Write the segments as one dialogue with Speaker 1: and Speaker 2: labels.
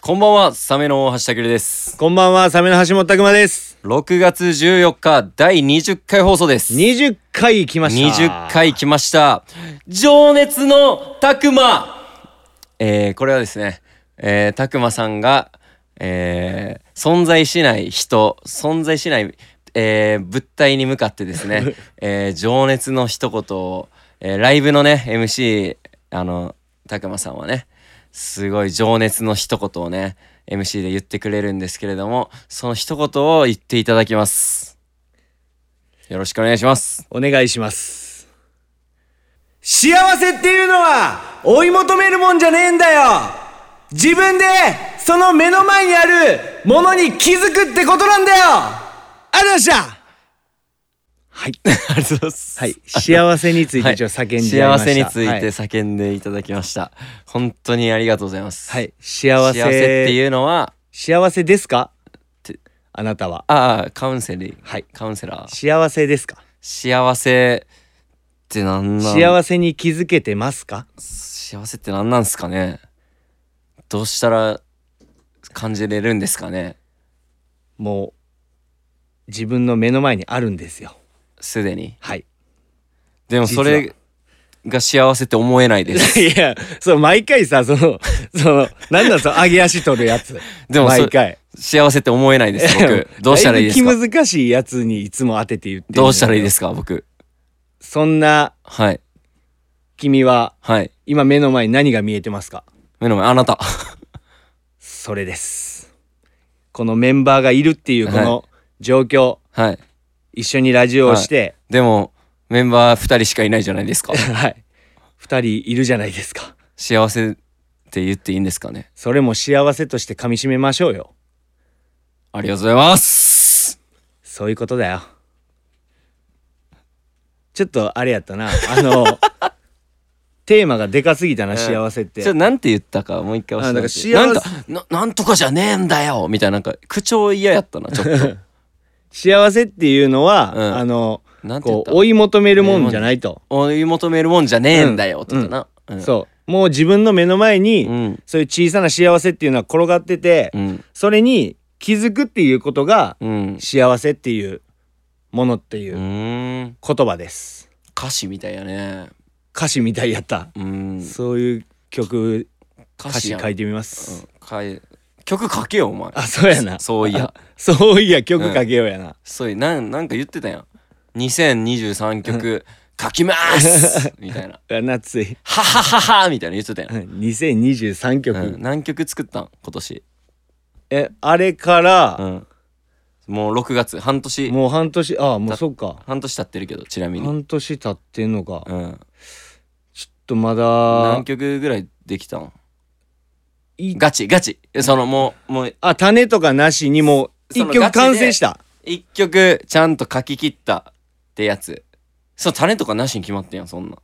Speaker 1: こんばんは、サメの大橋たけるです。
Speaker 2: こんばんは、サメの橋本拓馬です。
Speaker 1: 6月14日、第20回放送です。
Speaker 2: 20回来ました。
Speaker 1: 20回来ました。情熱のたくまえー、これはですね、えー、たくまさんが、えー、存在しない人、存在しない、えー、物体に向かってです ね、えー、情熱の一言を、えー、ライブのね、MC、あの、たくまさんはね、すごい情熱の一言をね、MC で言ってくれるんですけれども、その一言を言っていただきます。よろしくお願いします。
Speaker 2: お願いします。幸せっていうのは追い求めるもんじゃねえんだよ自分でその目の前にあるものに気づくってことなんだよありがとうございましたはい。
Speaker 1: ありがとうございます。
Speaker 2: はい。幸せについて一応叫んでみ
Speaker 1: 幸
Speaker 2: ました、
Speaker 1: せについて
Speaker 2: は
Speaker 1: 叫んでいただきました、本当にありがとうございます。
Speaker 2: はい。幸せ。
Speaker 1: 幸せっていうのは、
Speaker 2: 幸せですか
Speaker 1: て
Speaker 2: あなたは。
Speaker 1: ああ、カウンセリー、
Speaker 2: はい
Speaker 1: カウンセラー。
Speaker 2: 幸せですか
Speaker 1: 幸せってなんなん
Speaker 2: 幸せに気づけてますか
Speaker 1: 幸せってなんなんですかねどうしたら感じれるんですかね
Speaker 2: もう自分の目の前にあるんですよ
Speaker 1: すでに。
Speaker 2: はい
Speaker 1: でもそれが幸せって思えない です。
Speaker 2: いやそう毎回さそのそのなんなんその上げ足取るやつ
Speaker 1: でもそ
Speaker 2: 毎回
Speaker 1: 幸せって思えないです、僕。どうしたらいいです
Speaker 2: だ
Speaker 1: か
Speaker 2: ぶ気難しいやつにいつも当てて言って
Speaker 1: どうしたらいいですすか僕。
Speaker 2: そんな
Speaker 1: はい。
Speaker 2: 君は
Speaker 1: はい。
Speaker 2: 今目の前に何が見えてますか
Speaker 1: 目の前、あなた。
Speaker 2: それですこのメンバーがいるっていうこ
Speaker 1: は
Speaker 2: の状況、
Speaker 1: はい。
Speaker 2: 一緒にラジオをして
Speaker 1: でも、メンバー2人しかいないじゃないですか
Speaker 2: は。い二人いるじゃないですか
Speaker 1: 幸せって言っていいんですかね。
Speaker 2: それも幸せとして噛み締めましょうよ
Speaker 1: ありがとうございます。
Speaker 2: そういうことだよ。ちょっとあれやったな。あの、テーマがでかすぎたな、幸せっ
Speaker 1: ち
Speaker 2: て
Speaker 1: ょっ。となんて言ったかもう一回教えてもらって。
Speaker 2: あ
Speaker 1: な
Speaker 2: なんんか
Speaker 1: か
Speaker 2: 幸せ
Speaker 1: な、なんとかじゃねえんだよみたいな、なんか、口調嫌やったな、ちょっ と。
Speaker 2: 幸せっていうのは、
Speaker 1: うん
Speaker 2: あの
Speaker 1: なん、て言っ
Speaker 2: こ
Speaker 1: た
Speaker 2: う、追い求めるもんじゃないと。
Speaker 1: 追い求めるもんじゃねえんだよって言ったな。うん
Speaker 2: そう。もう自分の目の前に、
Speaker 1: うん
Speaker 2: そういう小さな幸せっていうのは転がってて、
Speaker 1: うん。
Speaker 2: それに気づくっていうことが、
Speaker 1: うん。
Speaker 2: 幸せっていうものっていうう
Speaker 1: ーん。
Speaker 2: 言葉です。
Speaker 1: 歌詞みたいやね。
Speaker 2: 歌詞みたいやった。
Speaker 1: うん。
Speaker 2: そういう曲、歌詞
Speaker 1: やん
Speaker 2: 書いてみま
Speaker 1: う
Speaker 2: す。
Speaker 1: ん書い曲書けよ、お前。
Speaker 2: あ、そうやな。
Speaker 1: そういや。
Speaker 2: そういや曲かけようやな、
Speaker 1: そういうなんなんか言ってたやん2023曲書きます みたいな
Speaker 2: うわ夏い
Speaker 1: ははははみたいな言ってたやん、
Speaker 2: 2023曲、
Speaker 1: うん、何曲作ったん今年
Speaker 2: えあれか
Speaker 1: う
Speaker 2: ら、
Speaker 1: んもう6月半年
Speaker 2: もう半年ああもうそっか
Speaker 1: 半年経ってるけどちなみに
Speaker 2: 半年経ってんのか、
Speaker 1: う
Speaker 2: ちょっ
Speaker 1: ん
Speaker 2: とま
Speaker 1: 何
Speaker 2: だ
Speaker 1: 曲ぐらいできたん
Speaker 2: い
Speaker 1: ガチガチそのもうもう
Speaker 2: あ種とかなしにもう
Speaker 1: その
Speaker 2: 一
Speaker 1: ガチで
Speaker 2: 曲完成した
Speaker 1: 1曲ちゃんと書き切ったってやつそう種とかなしに決まってんやんそんな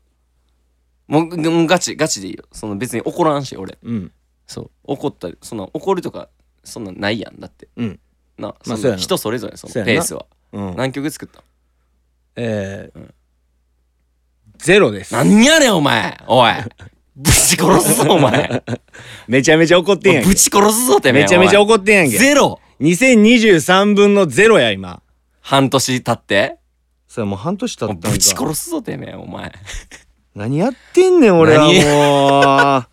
Speaker 1: もうもうガチガチでいいよその別に怒らんし俺
Speaker 2: うん
Speaker 1: そう怒ったりそんな怒るとかそんなんないやんだって
Speaker 2: うん
Speaker 1: な
Speaker 2: まあ
Speaker 1: そ
Speaker 2: そう
Speaker 1: の
Speaker 2: やな
Speaker 1: 人それぞれその
Speaker 2: そうやな
Speaker 1: ペースは
Speaker 2: うん
Speaker 1: 何曲作った
Speaker 2: えー
Speaker 1: うん
Speaker 2: ゼロです
Speaker 1: なんやねんお前お いぶち殺すぞお前
Speaker 2: めちゃめちゃ怒ってんやんけ
Speaker 1: ぶち殺すぞてめえ
Speaker 2: めちゃめちゃ
Speaker 1: お
Speaker 2: 怒ってんや
Speaker 1: 前
Speaker 2: んけ
Speaker 1: ゼロ
Speaker 2: 2023分のゼロや今
Speaker 1: 半年経って
Speaker 2: それもう半年経ったんか
Speaker 1: ぶち殺すぞてめえお前
Speaker 2: 何やってんねん俺は
Speaker 1: 何
Speaker 2: もう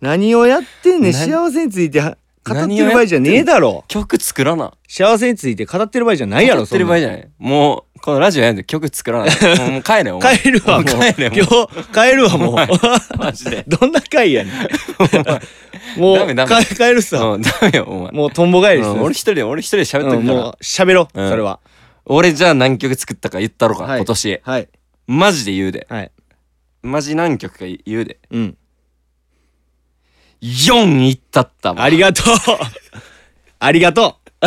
Speaker 2: 何をやってんねん
Speaker 1: 何
Speaker 2: 幸せについては語っ
Speaker 1: 何
Speaker 2: て
Speaker 1: をやって
Speaker 2: る
Speaker 1: ん
Speaker 2: 場合じゃねえだろ
Speaker 1: 曲作らな
Speaker 2: 幸せについて語ってる場合じゃないやろ
Speaker 1: 作ってる場合じゃないもうこのラジオやんで曲作 らないもうもう帰れお
Speaker 2: そんな
Speaker 1: 前
Speaker 2: ん帰
Speaker 1: もう帰れも
Speaker 2: るわもう
Speaker 1: う
Speaker 2: 今日帰るわもう
Speaker 1: マジで
Speaker 2: どんな回やねん も
Speaker 1: ダ
Speaker 2: う
Speaker 1: メダメ
Speaker 2: 帰帰るさ
Speaker 1: うんダメよお前
Speaker 2: もうとんぼ返りす
Speaker 1: うん俺
Speaker 2: る
Speaker 1: 一人で俺一人で喋っと
Speaker 2: う
Speaker 1: く
Speaker 2: ん
Speaker 1: か
Speaker 2: もう
Speaker 1: ら
Speaker 2: 喋ろ
Speaker 1: うん
Speaker 2: それは
Speaker 1: 俺じゃあ何曲作ったか言ったろか
Speaker 2: はい
Speaker 1: 今年
Speaker 2: はい
Speaker 1: マジで言うで
Speaker 2: はい
Speaker 1: マジ何曲か言うで。
Speaker 2: うん
Speaker 1: 4いったったわ。
Speaker 2: ありが とうありがとう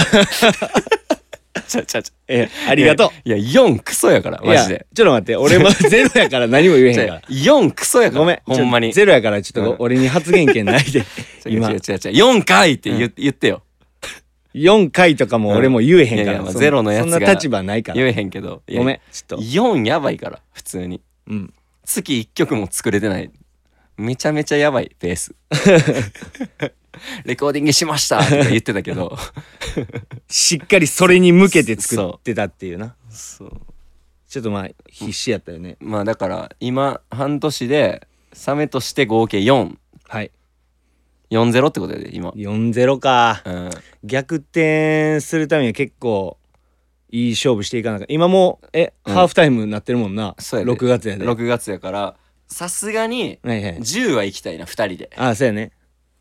Speaker 1: ちゃちゃちゃ。
Speaker 2: えありがと
Speaker 1: いや、いや4クソやから、
Speaker 2: うい
Speaker 1: マ
Speaker 2: や
Speaker 1: ジ
Speaker 2: ちょっ
Speaker 1: で。
Speaker 2: と待って俺も ゼロやから何も言えへん
Speaker 1: ち
Speaker 2: か
Speaker 1: ゃ
Speaker 2: ら
Speaker 1: 4クソやから。
Speaker 2: ごめん。
Speaker 1: ほんまに。
Speaker 2: ゼロやから、ちょっとご、
Speaker 1: うん
Speaker 2: 俺に発言権ない で。
Speaker 1: 違う
Speaker 2: 今
Speaker 1: 違う違う違う。4回って言,、言ってよ。
Speaker 2: 4回とかも俺も言えへんか
Speaker 1: いやいや
Speaker 2: ら。
Speaker 1: まあ
Speaker 2: そんな
Speaker 1: ゼロのやつが
Speaker 2: そんな立場ないから。
Speaker 1: 言えへんけど。いや
Speaker 2: ごめん。。ちょっと。
Speaker 1: 4やばいから、普通に。
Speaker 2: うん。
Speaker 1: 月1曲も作れてない。めちゃめちゃやばいペース。レコーディングしましたとか言ってたけど
Speaker 2: しっかりそれに向けて作ってたっていうな
Speaker 1: そう
Speaker 2: ちょっとまあ必死やったよね
Speaker 1: まあだから今半年でサメとして合計440
Speaker 2: はい
Speaker 1: ってことやで今、
Speaker 2: 4-0か
Speaker 1: うん、
Speaker 2: 逆転するためには結構いい勝負していかなきゃ今もうえ、
Speaker 1: うん
Speaker 2: ハーフタイムになってるもんな
Speaker 1: そうやで
Speaker 2: 6月やで
Speaker 1: 6月やからさすがに
Speaker 2: はいはい
Speaker 1: 10は行きたいな2人で
Speaker 2: あそうやね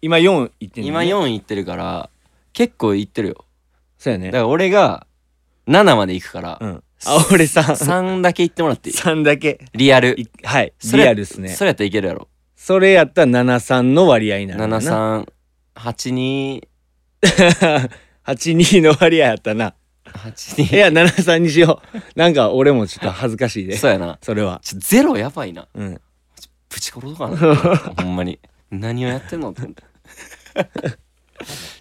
Speaker 2: 今4いってんね
Speaker 1: 今4行ってるから結構行ってるよ
Speaker 2: そうや
Speaker 1: だ
Speaker 2: ね
Speaker 1: から俺が7まで行くから、
Speaker 2: うんあ俺さ
Speaker 1: 3だけ行ってもらっていい
Speaker 2: 3だけ
Speaker 1: リアル
Speaker 2: いはい
Speaker 1: それ
Speaker 2: リアルっすね
Speaker 1: それやったらいけるやろ
Speaker 2: それやったら73の割合になるな
Speaker 1: 7382
Speaker 2: 82の割合やったな
Speaker 1: 82
Speaker 2: いや73にしようなんか俺もちょっと恥ずかしい で
Speaker 1: そうやな
Speaker 2: それは
Speaker 1: ちょゼロやばいな
Speaker 2: うん
Speaker 1: ぶち殺そう かなほんまに何をやってんのって思って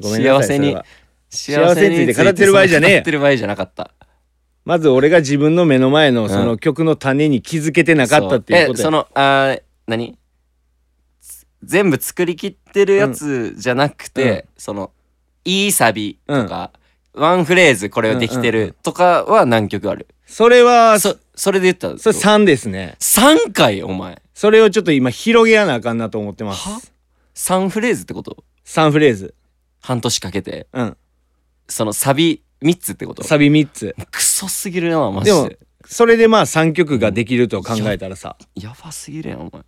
Speaker 2: ごめんな
Speaker 1: 幸
Speaker 2: さい
Speaker 1: せに
Speaker 2: それはせについて語ってる場合じゃねえ
Speaker 1: 語ってる場合じゃなかった
Speaker 2: まず俺が自分の目の前のそうの曲の種に気づけてなかったっていうこ
Speaker 1: そ
Speaker 2: と
Speaker 1: えそ
Speaker 2: や
Speaker 1: のあー何つ全部作りきってるやつじゃなくて、
Speaker 2: うん
Speaker 1: そのいいサビとか、ワンフレーズこれをできて
Speaker 2: うんうんう
Speaker 1: るとかは何曲ある、
Speaker 2: それはそ
Speaker 1: そそれで言ったら
Speaker 2: れ3ですね
Speaker 1: 3回お前
Speaker 2: それをちょっと今広げやなあかんなと思ってま
Speaker 1: は
Speaker 2: す
Speaker 1: 3フレーズってこと
Speaker 2: 3フレーズ
Speaker 1: 半年かけて
Speaker 2: うん
Speaker 1: そのサビ3つってこと
Speaker 2: サビ3つ
Speaker 1: クソすぎるなマジ
Speaker 2: でも
Speaker 1: で
Speaker 2: それでまあ3曲ができると考えたらさ
Speaker 1: やばすぎるやんお前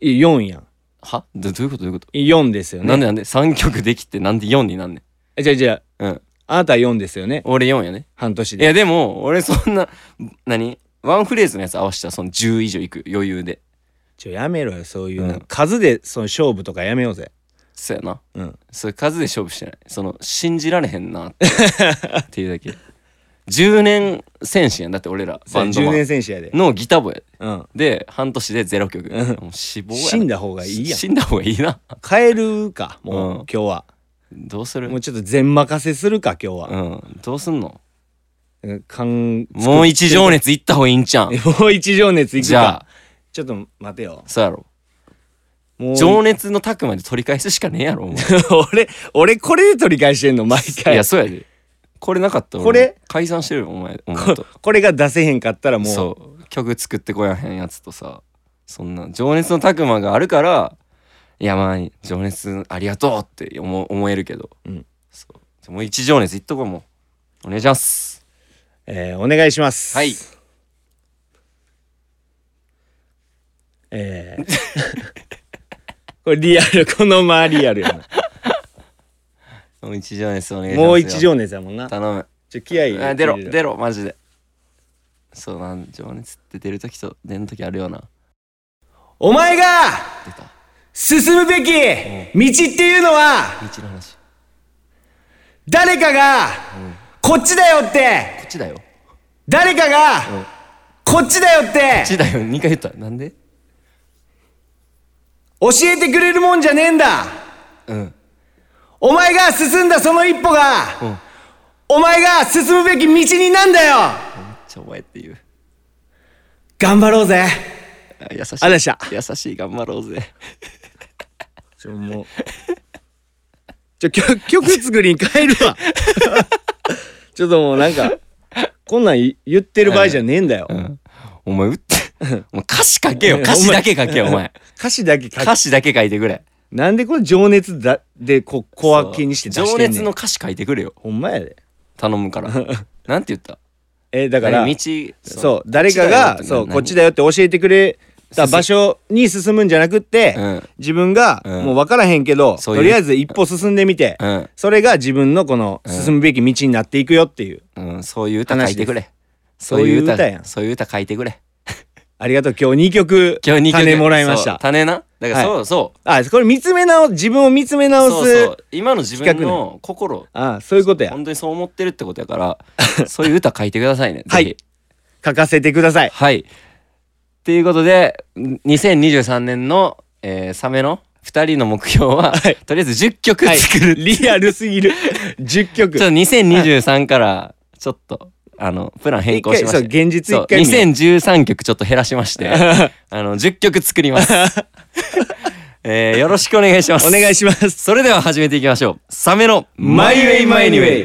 Speaker 2: 4やん
Speaker 1: はどどういうことどういうこと、
Speaker 2: 4ですよね
Speaker 1: なんでなんで3曲できてなんで4になんね
Speaker 2: えじゃあじゃ
Speaker 1: んうん
Speaker 2: ああなたは4ですよね
Speaker 1: 俺4やね
Speaker 2: 半年
Speaker 1: い
Speaker 2: で
Speaker 1: やでも俺そんな何ワンフレーズのやつ合わせたらその10以上いく余裕で
Speaker 2: ちょやめろよそういう、
Speaker 1: うん
Speaker 2: なんか数でその勝負とかやめようぜ
Speaker 1: そうやな
Speaker 2: うん
Speaker 1: それ数で勝負してないその信じられへんなってっていうだ け10年戦士やんだって俺らバンド
Speaker 2: 10
Speaker 1: マン
Speaker 2: 年選手やで
Speaker 1: のギターボやで
Speaker 2: うん
Speaker 1: で半年で0曲
Speaker 2: うん
Speaker 1: もう死亡やな
Speaker 2: 死んだ方がいいやん
Speaker 1: 死んだ方がいいな
Speaker 2: 変えるかも
Speaker 1: う
Speaker 2: う、
Speaker 1: ん
Speaker 2: 今日は
Speaker 1: どうする
Speaker 2: もうちょっと全任せするか今日は、
Speaker 1: うんどうすんの
Speaker 2: かん
Speaker 1: もう一情熱いった方がいいんちゃうん
Speaker 2: もう一情熱いくか
Speaker 1: じゃあ
Speaker 2: ちょっと待てよ
Speaker 1: そうやろ
Speaker 2: もう
Speaker 1: 情熱のタクまで取り返すしかねえやろお前
Speaker 2: 俺俺これで取り返してんの毎
Speaker 1: い
Speaker 2: 回
Speaker 1: やそうやでこれなかったら
Speaker 2: これ
Speaker 1: 俺解散してるよお前お前と
Speaker 2: これが出せへんかったらもう
Speaker 1: そう曲作ってこやへんやつとさそんな情熱のタクマがあるからいやまあ情熱ありがとうって思思えるけど、
Speaker 2: うん
Speaker 1: そうもう一情熱いっとこうもうお願いします
Speaker 2: えーお願いします
Speaker 1: はい
Speaker 2: えー これリアルこのまリアルやな
Speaker 1: もう一情熱お願いしますよ
Speaker 2: もう一情熱やもんな
Speaker 1: 頼む
Speaker 2: ちょ気合い入れ
Speaker 1: あ出ろ
Speaker 2: 入れ
Speaker 1: 出ろマジでそうなん情熱って出る時と出ん時あるよな
Speaker 2: お前が
Speaker 1: 出た
Speaker 2: 進むべき道っていうのは
Speaker 1: 道の話こ
Speaker 2: 誰かがこっちだよって
Speaker 1: っちだよこ
Speaker 2: 誰か
Speaker 1: うん
Speaker 2: がこっちだよって
Speaker 1: っちだ よ2回言ったなんで
Speaker 2: 教えてくれるもんじゃねえんだ
Speaker 1: うん
Speaker 2: お前が進んだその一歩が
Speaker 1: うん
Speaker 2: お前が進むべき道になんだよ
Speaker 1: ちょお前っていう
Speaker 2: 頑張ろうぜ
Speaker 1: あ優しい
Speaker 2: ありがとうございました
Speaker 1: 優しい頑張ろうぜ
Speaker 2: ちょもうちょ 曲曲作りに変えるわ ちょっともうなんかこんなんい言ってる場合じゃねえんだよ、
Speaker 1: お前うって お前歌詞書けよ歌詞だけ書けよお前
Speaker 2: 歌詞だけ 書
Speaker 1: 歌
Speaker 2: き
Speaker 1: 詞だけ書いてくれ
Speaker 2: なんでこれ情熱だでこ小分けにして出してんねん
Speaker 1: 情熱の歌詞書いてくれよ
Speaker 2: ほんまやで
Speaker 1: 頼むからなんて言った
Speaker 2: えだから
Speaker 1: 何道
Speaker 2: そう誰かがそうこっちだよって教えてくれた場所に進むんじゃなくって、
Speaker 1: うん
Speaker 2: 自分が
Speaker 1: うん
Speaker 2: もう分からへんけど、
Speaker 1: そうい
Speaker 2: と
Speaker 1: う
Speaker 2: りあえず一歩進んでみて、
Speaker 1: うん
Speaker 2: それが自分のこの進むべき道になっていくよっていう
Speaker 1: うん、そういう歌書いてくれ。
Speaker 2: そういう歌やん
Speaker 1: そういう歌書いてくれ。
Speaker 2: ありがとう今日2曲
Speaker 1: 今日二曲
Speaker 2: 種もらいまし
Speaker 1: そう
Speaker 2: た
Speaker 1: 種な。だから、
Speaker 2: はい
Speaker 1: そうそ
Speaker 2: あこれ見つめ直自分を見つめ
Speaker 1: う。
Speaker 2: 直す
Speaker 1: そうそう。今の自分
Speaker 2: 企画
Speaker 1: の心、
Speaker 2: あそういうことや
Speaker 1: 本当にそう思ってるってことや から、そういう歌書いてくださいね。
Speaker 2: はい
Speaker 1: ぜひ。
Speaker 2: 書かせてください
Speaker 1: はい。っていうことで、2023年の、えーサメの2人の目標は、
Speaker 2: はい
Speaker 1: とりあえず10曲
Speaker 2: はい
Speaker 1: 作る。
Speaker 2: リアルすぎる10曲
Speaker 1: ちょっと2023から、ちょっと、あの、プラン変更しま
Speaker 2: 一
Speaker 1: し
Speaker 2: 回
Speaker 1: て。
Speaker 2: そう現実
Speaker 1: そう
Speaker 2: 一回見よう
Speaker 1: 2013曲ちょっと減らしまして、あの、10曲作ります。えーよろしくお願いします
Speaker 2: お願いします。
Speaker 1: それでは始めていきましょうサメの
Speaker 3: マイウェイマイニウェイ。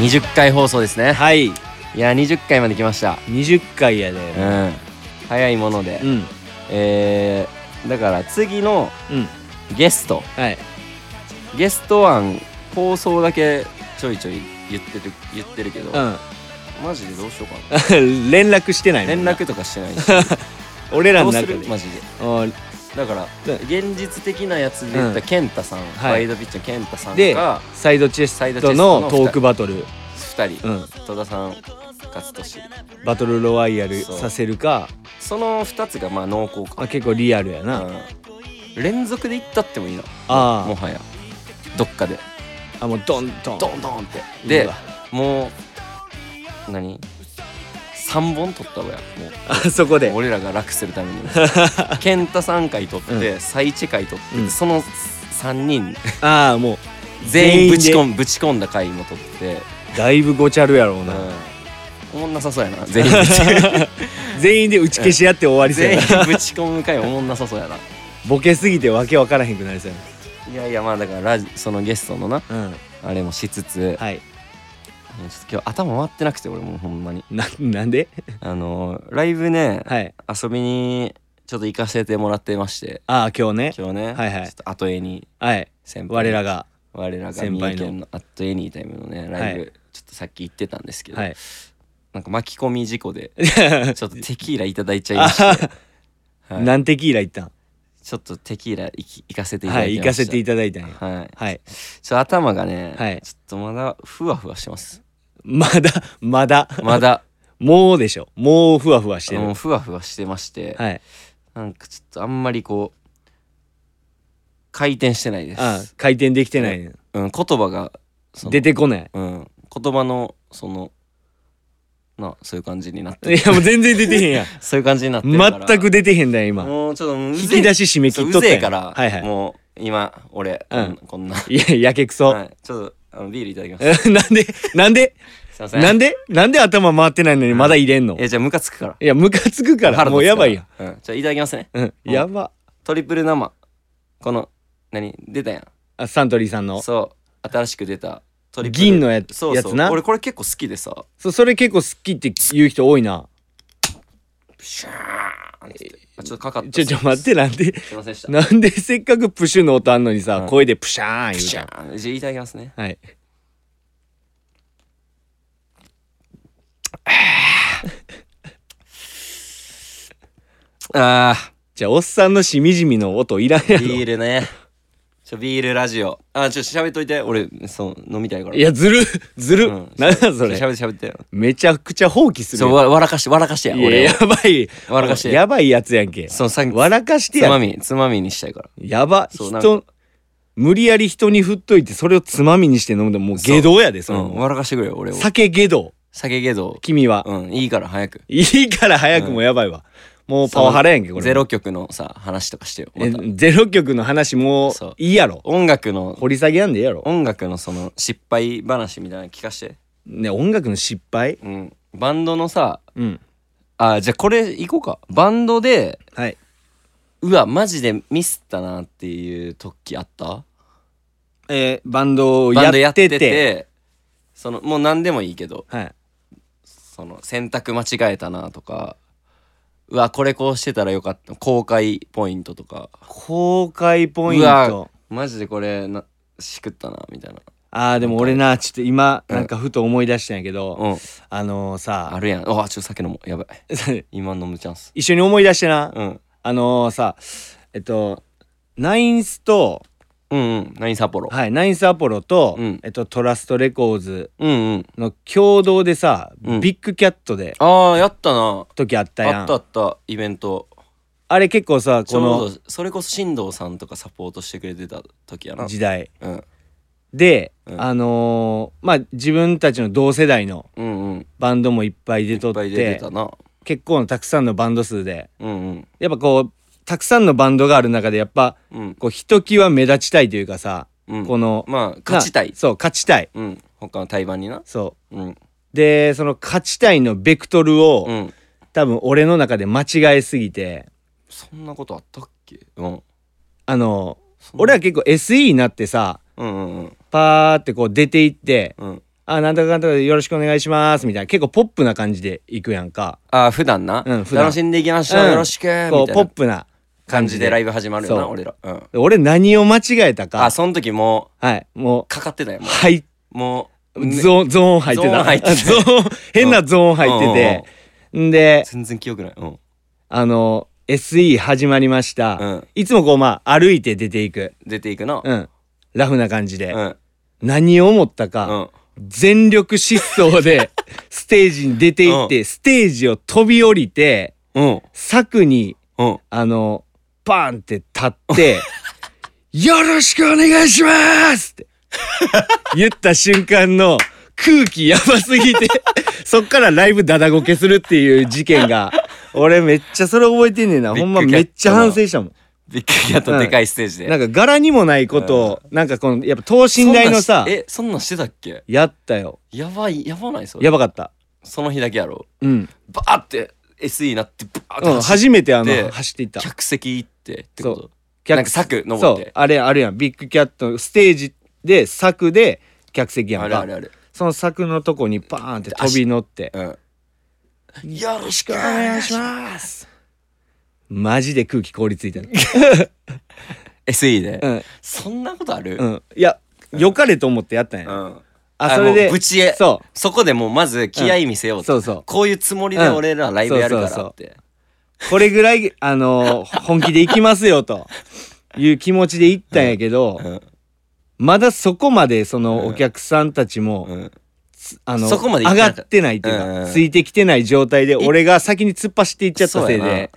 Speaker 1: 20回放送ですね
Speaker 2: はい。
Speaker 1: いや20回まで来ました
Speaker 2: 20回やで。
Speaker 1: うん早いもので、
Speaker 2: うん。
Speaker 1: えーだから次の
Speaker 2: うん。
Speaker 1: ゲスト
Speaker 2: はい。
Speaker 1: ゲスト案放送だけちょいちょい言ってる言ってるけど、マジでどうしようか
Speaker 2: うん。 連絡してない
Speaker 1: な
Speaker 2: も
Speaker 1: 連
Speaker 2: んな
Speaker 1: 絡とかしてないし
Speaker 2: 俺ら
Speaker 1: ど
Speaker 2: の
Speaker 1: うす
Speaker 2: 中で
Speaker 1: る。マジで
Speaker 2: うん
Speaker 1: だから
Speaker 2: うん
Speaker 1: 現実的なやつで言った
Speaker 2: うん
Speaker 1: 健太さん、ワイドピッチの健太さん
Speaker 2: で
Speaker 1: が、
Speaker 2: サイドチェ
Speaker 1: サイド
Speaker 2: ス
Speaker 1: チェ
Speaker 2: ト
Speaker 1: ストの二
Speaker 2: の
Speaker 1: 人
Speaker 2: トークバトル。
Speaker 1: 2人、
Speaker 2: うん。
Speaker 1: 戸田さん勝利
Speaker 2: バトルロワイヤル
Speaker 1: そう
Speaker 2: させるか、
Speaker 1: その2つがまあ濃厚か
Speaker 2: あ結構リアルやな。
Speaker 1: うん連続で行ったってもいいな
Speaker 2: あー
Speaker 1: もはやどっかで
Speaker 2: あ、もうドンドン。
Speaker 1: ドンドンって
Speaker 2: う
Speaker 1: で
Speaker 2: わ
Speaker 1: もう何3本取ったわやも
Speaker 2: あ そこで
Speaker 1: う。俺らが楽するた めに健太3回取って、
Speaker 2: う
Speaker 1: サイチ回取って、
Speaker 2: うん
Speaker 1: その3人
Speaker 2: ああ、も
Speaker 1: 全
Speaker 2: 全
Speaker 1: 員
Speaker 2: 員
Speaker 1: ぶ
Speaker 2: で
Speaker 1: ち込んぶち込んだ回も取って、
Speaker 2: う、だいぶごちゃるやろう
Speaker 1: う
Speaker 2: な。
Speaker 1: ん、おもんなさそうやな全員ぶち
Speaker 2: 全員で打ち消し合って終わりそう
Speaker 1: 全
Speaker 2: や
Speaker 1: 員
Speaker 2: な。
Speaker 1: ぶち込む回おもんなさそうやな
Speaker 2: ボケすぎてわけわからへんくなりそうや
Speaker 1: いやいやまあだからラジそのゲストのな
Speaker 2: な。うん。
Speaker 1: あれもしつつ、
Speaker 2: はい。
Speaker 1: うんちょっと今日頭回ってなくて俺もうほんまに
Speaker 2: な、なんで
Speaker 1: あのーライブね、
Speaker 2: はい。
Speaker 1: 遊びにちょっと行かせてもらってまして
Speaker 2: ああ、今日ね。
Speaker 1: 今日ね、
Speaker 2: はいはい
Speaker 1: ちょっと後絵に
Speaker 2: はい。
Speaker 1: 先輩
Speaker 2: 我らが。
Speaker 1: 我らが
Speaker 2: 先輩
Speaker 1: 三
Speaker 2: の
Speaker 1: 重県のアットエニータイムのねライブ、
Speaker 2: は
Speaker 1: ちょっとさっき行ってたんですけど、
Speaker 2: はい。
Speaker 1: なんか巻き込み事故 でちょっとテキーラいただいちゃいまして、はい
Speaker 2: なんてキーラ行ったん
Speaker 1: ちょっとテキーラ行き行かせていただ
Speaker 2: はい、
Speaker 1: き
Speaker 2: 行
Speaker 1: ま
Speaker 2: か
Speaker 1: した
Speaker 2: せていただいたんや。
Speaker 1: はい、
Speaker 2: はい。
Speaker 1: ちょっと頭がね、
Speaker 2: はい
Speaker 1: ちょっとまだふわふわしてます
Speaker 2: まだ、 まだ、
Speaker 1: まだ
Speaker 2: もうでしょ。もうふわふわして
Speaker 1: もう
Speaker 2: る。
Speaker 1: ふわふわしてまして、
Speaker 2: はい。
Speaker 1: なんかちょっとあんまりこう回転してないです
Speaker 2: ああ回転できてないね。
Speaker 1: うん、言葉がその
Speaker 2: 出てこない。
Speaker 1: うん、言葉のそのなそういう感じになって
Speaker 2: いや、もう全然出てへん やん。
Speaker 1: そういう感じになってるから
Speaker 2: 全く出てへんだよ、今。
Speaker 1: もうちょっともうう
Speaker 2: 引
Speaker 1: ぜえ
Speaker 2: き出し締め切っと
Speaker 1: そううぜ
Speaker 2: った
Speaker 1: え
Speaker 2: んや
Speaker 1: か
Speaker 2: ん
Speaker 1: ら、
Speaker 2: はいはい。
Speaker 1: もう今俺、
Speaker 2: うん
Speaker 1: こんな、
Speaker 2: いや、やけくそ。
Speaker 1: はい、ちょっとあのビールいただきます
Speaker 2: え なんで、なんで、
Speaker 1: すいません
Speaker 2: なんで、なんで頭回ってないのにまだ入れんの
Speaker 1: いやじゃあムカつくから
Speaker 2: いや、ムカつくから、
Speaker 1: 腹立つ
Speaker 2: もうやばいやん。
Speaker 1: からうん、じゃあいただきますね
Speaker 2: うん、やば。
Speaker 1: トリプル生この何出たや
Speaker 2: あサントリーさんの
Speaker 1: ん。そう新しく出たトリプル
Speaker 2: 銀のや
Speaker 1: そう
Speaker 2: や
Speaker 1: そ
Speaker 2: つ
Speaker 1: う
Speaker 2: な
Speaker 1: 俺これ結構好きでさ
Speaker 2: そそれ結構好きって言う人多いな。
Speaker 1: シャーンってあちょっとかかった
Speaker 2: ちょ、ちょ、待って、なんで、
Speaker 1: すいませんでした
Speaker 2: なんでせっかくプシュの音あんのにさ、
Speaker 1: うん
Speaker 2: 声でプシャーン言う
Speaker 1: じ
Speaker 2: じ
Speaker 1: ゃ
Speaker 2: ゃ
Speaker 1: あいただきますね
Speaker 2: ん。はい。
Speaker 1: ああ
Speaker 2: じゃあ、おっさんのしみじみの音いらんやろ。
Speaker 1: ビールねちょビールラジオあちょっと喋っといて俺そう飲みたいから
Speaker 2: いや、ずる、ずる。
Speaker 1: うん
Speaker 2: なんだそれ。
Speaker 1: 喋って喋って
Speaker 2: めちゃくちゃ放棄する
Speaker 1: そ
Speaker 2: やん。
Speaker 1: うわ笑かして笑かしてや
Speaker 2: いや、
Speaker 1: 俺を
Speaker 2: やばい。
Speaker 1: 笑かして
Speaker 2: やばいやつやんけ。
Speaker 1: そうさ
Speaker 2: 笑かして
Speaker 1: つま
Speaker 2: やん。
Speaker 1: みつまみにしたいから
Speaker 2: やば。
Speaker 1: そうなん
Speaker 2: 人、無理やり人に振っといて、それをつまみにして飲むのもう下道やで、そ
Speaker 1: うん
Speaker 2: れも
Speaker 1: 笑かしてくれよ俺を
Speaker 2: 酒下道。
Speaker 1: 酒けど
Speaker 2: 君は。
Speaker 1: うんいいから早く
Speaker 2: いいから早くもやばいわ。もうパワハラやんけ、これ。
Speaker 1: ゼロ曲のさ話とかしてよま
Speaker 2: え
Speaker 1: た
Speaker 2: ゼロ曲の話もう
Speaker 1: そう
Speaker 2: いいやろ。
Speaker 1: 音楽の
Speaker 2: 掘り下げやんでええやろ。
Speaker 1: 音楽のその失敗話みたいなの聞かして
Speaker 2: ね、音楽の失敗
Speaker 1: うんバンドのさ
Speaker 2: うん。
Speaker 1: あじゃあこれ行こうかバンドで
Speaker 2: はい。
Speaker 1: うわマジでミスったなっていう時あった
Speaker 2: えーバンドを
Speaker 1: バ
Speaker 2: や
Speaker 1: ンドや
Speaker 2: っ
Speaker 1: って
Speaker 2: て
Speaker 1: て
Speaker 2: て。
Speaker 1: そのもう何でもいいけど
Speaker 2: はい。
Speaker 1: その選択間違えたなとかうわこれこうしてたらよかった公開ポイントとか
Speaker 2: 公開ポイン
Speaker 1: うわ
Speaker 2: ト。
Speaker 1: マジでこれなしくったなみたいな
Speaker 2: あーでも俺な、ちょっと今、なんかふと思い出したんやけど、
Speaker 1: うん
Speaker 2: あのー
Speaker 1: あ
Speaker 2: さ、
Speaker 1: るやんうわちょっと酒飲もうやばい今飲むチャンス
Speaker 2: 一緒に思い出してな、
Speaker 1: うん
Speaker 2: あのーさ、えっと、ナインスと、
Speaker 1: うんうん何サポロ
Speaker 2: はい、ナインスアポロと、
Speaker 1: うん
Speaker 2: えっと、トラストレコーズ
Speaker 1: うんうん
Speaker 2: の共同でさ、
Speaker 1: うん
Speaker 2: ビッグキャットで、
Speaker 1: ああやったな
Speaker 2: 時あったやん。
Speaker 1: あったあったイベント
Speaker 2: あれ結構さ、
Speaker 1: ち
Speaker 2: こ
Speaker 1: ょう
Speaker 2: の
Speaker 1: どそれこそ進藤さんとかサポートしてくれてた時やな
Speaker 2: 時代。
Speaker 1: うん
Speaker 2: で、
Speaker 1: うん
Speaker 2: あのーまあ自分たちの同世代の
Speaker 1: うんうんい
Speaker 2: バンドもいっぱい出と
Speaker 1: っ
Speaker 2: っ
Speaker 1: ぱ
Speaker 2: て
Speaker 1: い出てたな
Speaker 2: 結構のたくさんのバンド数で
Speaker 1: うんうん
Speaker 2: やっぱこうたくさんのバンドがある中でやっぱ
Speaker 1: うん
Speaker 2: こうひときわ目立ちたいというかさ、
Speaker 1: うん
Speaker 2: この
Speaker 1: まあ勝ちたい
Speaker 2: なそう勝ちたい
Speaker 1: うん他の対バンにな
Speaker 2: そ
Speaker 1: うん
Speaker 2: うでその勝ちたいのベクトルを、
Speaker 1: うん
Speaker 2: 多分俺の中で間違えすぎて
Speaker 1: そんなことあったっけうん
Speaker 2: あの
Speaker 1: そんな
Speaker 2: 俺は結構 SE になってさ
Speaker 1: うんうん
Speaker 2: パーってこう出ていって
Speaker 1: うんうん
Speaker 2: 「あなんとかかんとかでよろしくお願いします」みたいな結構ポップな感じで行くやんか
Speaker 1: ああ普段な、
Speaker 2: うん普段
Speaker 1: 楽しんでいきましょう、
Speaker 2: うん
Speaker 1: よろしくみたい
Speaker 2: こうポ
Speaker 1: な
Speaker 2: ップな
Speaker 1: 感じでライ
Speaker 2: ブ
Speaker 1: ブ始まる
Speaker 2: そ
Speaker 1: よ
Speaker 2: う
Speaker 1: な俺らうん
Speaker 2: 俺何を間違えた
Speaker 1: あ
Speaker 2: か
Speaker 1: その時も
Speaker 2: はいも
Speaker 1: うかかってたよ
Speaker 2: う
Speaker 1: も
Speaker 2: 入っ
Speaker 1: うもう、ね
Speaker 2: ゾーンゾーン入って
Speaker 1: ゾーン入ってた
Speaker 2: た ゾーン変なゾーン入っててんで
Speaker 1: 全然記憶ないうん
Speaker 2: あの SE 始まりまし
Speaker 1: う
Speaker 2: た
Speaker 1: ん
Speaker 2: いつもこうまあ歩いて出ていく
Speaker 1: 出ていくな
Speaker 2: うんラフな感じで
Speaker 1: うん
Speaker 2: 何を思った
Speaker 1: う
Speaker 2: か
Speaker 1: ん
Speaker 2: 全力疾走 でステージに出ていっ
Speaker 1: う
Speaker 2: てステージを飛び降りて
Speaker 1: うん
Speaker 2: 柵に
Speaker 1: うん
Speaker 2: あのバーンって立って 「よろしくお願いします!」って言った瞬間の空気やばすぎて そっからライブダダゴケするっていう事件が俺めっちゃそれ覚えてんねんなほんま
Speaker 1: ビッグキ
Speaker 2: め
Speaker 1: ャット
Speaker 2: っちゃ反省したもん。
Speaker 1: ビッグキャットでかいステージで
Speaker 2: なんか柄にもないことをなんかこのやっぱ等身大の
Speaker 1: そんな
Speaker 2: さ
Speaker 1: んしえそんなんしてたっけ
Speaker 2: やったよ
Speaker 1: やばいやばないそれ
Speaker 2: やばかった。
Speaker 1: その日だけやろ
Speaker 2: うん
Speaker 1: バーって SE になってバーって
Speaker 2: うん、
Speaker 1: 走っ
Speaker 2: 初めてあ
Speaker 1: で
Speaker 2: の走っていった
Speaker 1: 客席行ってってこ
Speaker 2: そ
Speaker 1: と
Speaker 2: 客
Speaker 1: なんか柵登
Speaker 2: そ
Speaker 1: っ
Speaker 2: う
Speaker 1: て
Speaker 2: あれあるやんビッグキャットのステージで柵で客席やんか
Speaker 1: あれあれあれ
Speaker 2: その柵のとこにバーンって飛び乗って
Speaker 1: うんよろしくお願いします
Speaker 2: マジで空気凍りついたの
Speaker 1: SE で、
Speaker 2: うん
Speaker 1: そんなことある、
Speaker 2: うんいや良かれと思ってやったんや、
Speaker 1: うん
Speaker 2: あそれ
Speaker 1: も
Speaker 2: で
Speaker 1: うぶちえそ
Speaker 2: そう
Speaker 1: こでもうまず気合い見せようと、
Speaker 2: そうそう
Speaker 1: こういうつもりで
Speaker 2: うん
Speaker 1: 俺らライブやるからって、
Speaker 2: これぐらいあの ー本気で行きますよという気持ちで行ったんやけど、まだそこまでそのお客さんたちも、
Speaker 1: うんうん
Speaker 2: あの
Speaker 1: そこまで行っ
Speaker 2: 上
Speaker 1: てな
Speaker 2: が
Speaker 1: かっ
Speaker 2: ったてないっていうか、
Speaker 1: うんうん
Speaker 2: ついてきてない状態で俺が先に突っ走っていっちゃったせ
Speaker 1: そう
Speaker 2: い
Speaker 1: やな
Speaker 2: で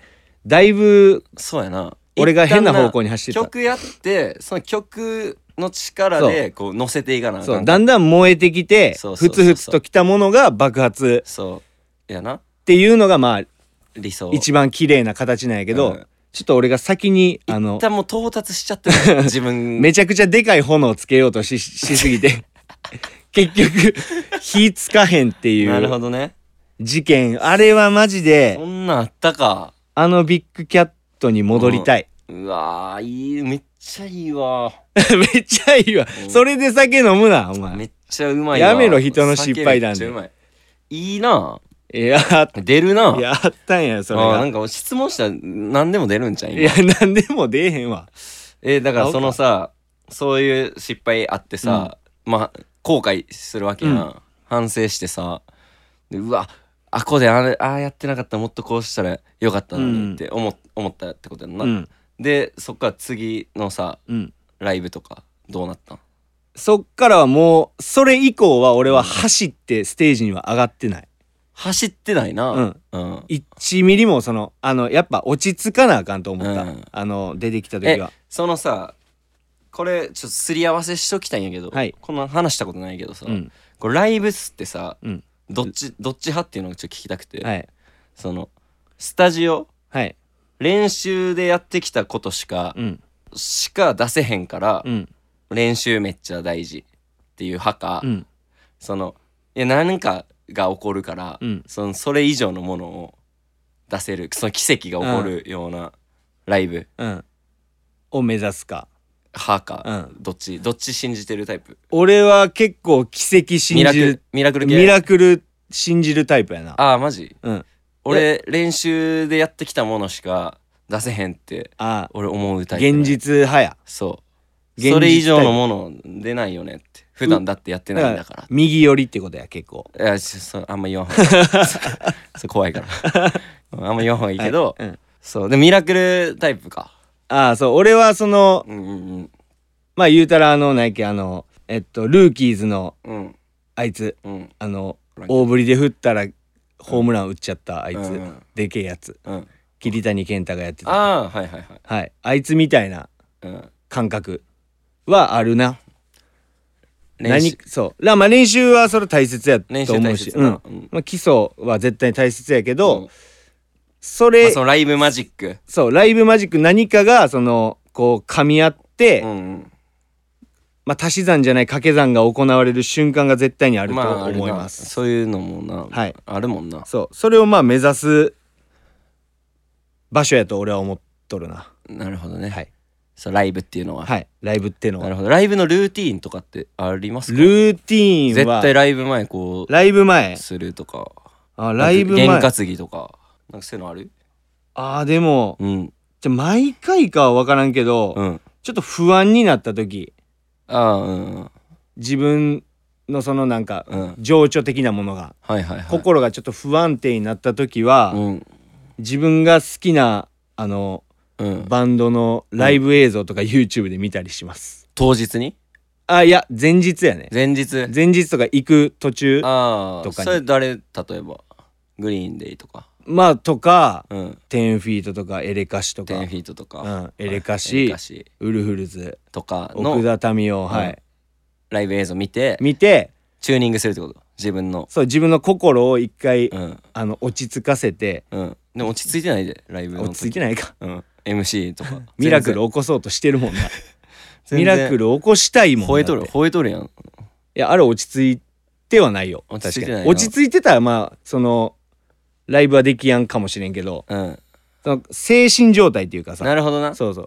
Speaker 2: だいぶ
Speaker 1: そうやな
Speaker 2: 俺が変な方向
Speaker 1: に
Speaker 2: に走ってた
Speaker 1: 曲やってその曲の力でこう乗せていかなあ
Speaker 2: そ
Speaker 1: か
Speaker 2: うんだんだん燃えてきて
Speaker 1: そうそう
Speaker 2: ふ
Speaker 1: そうそう
Speaker 2: つふつときたものが爆発
Speaker 1: そうやな
Speaker 2: っていうのがまあ
Speaker 1: 理想
Speaker 2: 一番綺麗な形なんやけど、
Speaker 1: うん
Speaker 2: ちょっと俺が先にあの
Speaker 1: 一旦もう到達しちゃってる自分
Speaker 2: めちゃくちゃでかい炎をつけようとししすぎて結局火つかへんってい
Speaker 1: なるほ
Speaker 2: う
Speaker 1: どね
Speaker 2: 事件あれはマジで
Speaker 1: そんなんあったか
Speaker 2: あのビッグキャットに戻りたい、
Speaker 1: うわーいいめっちゃいいわ
Speaker 2: めっちゃいいわ、それで酒飲むなお
Speaker 1: め
Speaker 2: 前
Speaker 1: っちゃうまいわ
Speaker 2: やめろ人の失敗談で
Speaker 1: 酒めっちゃうまいいいない
Speaker 2: や
Speaker 1: 出るな
Speaker 2: やったんやそれ
Speaker 1: あーな
Speaker 2: が
Speaker 1: んか質問したら何でも出るんちゃう
Speaker 2: い
Speaker 1: 今
Speaker 2: や何でも出えへんわ
Speaker 1: えーだからそのさそういう失敗あってさ、まあ後悔するわけやん、
Speaker 2: う
Speaker 1: 反省してさでうわあこであれあーやってなかったらもっとこうしたらよかったのにって思,、思ったってことやんな、
Speaker 2: うん
Speaker 1: でそっから次のさ
Speaker 2: うん
Speaker 1: ライブとかどうなったん
Speaker 2: そっからはもうそれ以降は俺は走ってステージには上がってない
Speaker 1: 走ってないな
Speaker 2: うん、
Speaker 1: うん
Speaker 2: 1ミリもそのあのやっぱ落ち着かなあかんと思った、
Speaker 1: うん
Speaker 2: あの出てきた時
Speaker 1: え
Speaker 2: は
Speaker 1: そのさこれちょっとすり合わせしときたいんやけど、
Speaker 2: はい
Speaker 1: こんな話したことないけどさ、
Speaker 2: うん
Speaker 1: これライブスってさ
Speaker 2: うん
Speaker 1: どっちどっち派っていうのをちょっと聞きたくて、
Speaker 2: はい
Speaker 1: そのスタジオ
Speaker 2: はい
Speaker 1: 練習でやってきたことしか、
Speaker 2: うん
Speaker 1: しか出せへんから、
Speaker 2: うん
Speaker 1: 練習めっちゃ大事っていう派か、
Speaker 2: うん
Speaker 1: そのいや何かが起こるから、
Speaker 2: うん
Speaker 1: そのそれ以上のものを出せるその奇跡が起こるようなライブ
Speaker 2: うんを目指すか
Speaker 1: 派か、
Speaker 2: うん
Speaker 1: どっちどっち信じてるタイプ
Speaker 2: 俺は結構奇跡
Speaker 1: ミ
Speaker 2: 信
Speaker 1: ラク
Speaker 2: じ
Speaker 1: ル
Speaker 2: る
Speaker 1: ミラクル系
Speaker 2: ミラクル信じるタイプやな
Speaker 1: ああマジ
Speaker 2: うん
Speaker 1: 俺練習でやってきたものしか出せへんって
Speaker 2: あ
Speaker 1: 俺思うタイプ
Speaker 2: 現実派や
Speaker 1: そう
Speaker 2: 現実
Speaker 1: それ以上のもの出ないよねって普段だってやってないんだから
Speaker 2: 右寄りってことや結構
Speaker 1: いやちょそあんま言わんほうがい いそそ怖いからあんま言わんほうがいいけど、
Speaker 2: うん
Speaker 1: そうでミラクルタイプか
Speaker 2: ああそう俺はその
Speaker 1: うんうん
Speaker 2: まあ言うたらあの何やっけあのえっとルーキーズの
Speaker 1: うんうん
Speaker 2: あいつ
Speaker 1: うん
Speaker 2: あの
Speaker 1: ランキン
Speaker 2: 大振りで振ったらホームラン打っちゃったあいつ、
Speaker 1: うんうん
Speaker 2: でけえやつ
Speaker 1: うん
Speaker 2: 桐谷健太がやってた
Speaker 1: ああーはいはいはい、
Speaker 2: はいあいつみたいな
Speaker 1: うん、
Speaker 2: 感覚はあるな
Speaker 1: 練習
Speaker 2: 何そうらまあ練習はそれ大切やと
Speaker 1: 練習
Speaker 2: 思
Speaker 1: 大
Speaker 2: うし
Speaker 1: 切
Speaker 2: う
Speaker 1: な、
Speaker 2: んまあ、基礎は絶対に大切やけど、
Speaker 1: うん
Speaker 2: そ
Speaker 1: ま
Speaker 2: れ
Speaker 1: あそのライブマジック。
Speaker 2: そうライブマジック何かがそのこう噛み合って、
Speaker 1: うん
Speaker 2: まあ、足し算じゃない掛け算が行われる瞬間が絶対にあ
Speaker 1: う
Speaker 2: る
Speaker 1: ん。
Speaker 2: と
Speaker 1: まあ、あれ
Speaker 2: 思い
Speaker 1: な。
Speaker 2: ます。
Speaker 1: そういうのもな、
Speaker 2: はい
Speaker 1: あるもんな。
Speaker 2: そうそれをまあ目指す場所やと俺は思っとるな。
Speaker 1: なるほどね。
Speaker 2: はい
Speaker 1: そうライブっていうのは。
Speaker 2: はいライブっての
Speaker 1: なる
Speaker 2: は
Speaker 1: ほど。ライブのルーティーンとかってありますか
Speaker 2: ルーティーン
Speaker 1: 絶
Speaker 2: は
Speaker 1: 対ライブ前こ
Speaker 2: ライブ前
Speaker 1: うするとか。
Speaker 2: あライブ前
Speaker 1: 験担ぎとか。なんかそういうのある
Speaker 2: あーでも
Speaker 1: うん。
Speaker 2: じゃあ毎回かは分からんけど、
Speaker 1: うん。
Speaker 2: ちょっと不安になった時
Speaker 1: ああ、うん。
Speaker 2: 自分のそのなんか
Speaker 1: うん。
Speaker 2: 情緒的なものが、
Speaker 1: はいはいはい。
Speaker 2: 心がちょっと不安定になった時は、
Speaker 1: うん。
Speaker 2: 自分が好きなあの
Speaker 1: うん。
Speaker 2: バンドのライブ映像とか YouTube で見たりします。
Speaker 1: 当日に
Speaker 2: あいや前日やね
Speaker 1: 前日
Speaker 2: 前日とか行く途中
Speaker 1: ああ
Speaker 2: とかに
Speaker 1: それ誰例えばグリーンデイとか
Speaker 2: まあとか
Speaker 1: うん
Speaker 2: 10フィートとかエレカシとか
Speaker 1: 10フィートとか、
Speaker 2: うんエレカシ
Speaker 1: エレカシ
Speaker 2: ウルフルズ
Speaker 1: とかの
Speaker 2: 奥田民生はい、
Speaker 1: ライブ映像見て
Speaker 2: 見て
Speaker 1: チューニングするってこと自分の
Speaker 2: そう自分の心を一回、
Speaker 1: うん
Speaker 2: あの落ち着かせて
Speaker 1: うんでも落ち着いてないでライブの時
Speaker 2: 落ち着いてないか
Speaker 1: うん MC とか
Speaker 2: ミラクル起こそうとしてるもんなミラクル起こしたいもん
Speaker 1: 吠えとる
Speaker 2: だって
Speaker 1: 吠えとるやん
Speaker 2: いやあれ落ち着いてはないよ
Speaker 1: 落ち着いてな
Speaker 2: 確
Speaker 1: い
Speaker 2: か
Speaker 1: な
Speaker 2: に落ち着いてたらまあそのライブはできやんかもしれんけど
Speaker 1: うん
Speaker 2: その精神状態っていうかさ
Speaker 1: なるほどなだか
Speaker 2: そうそ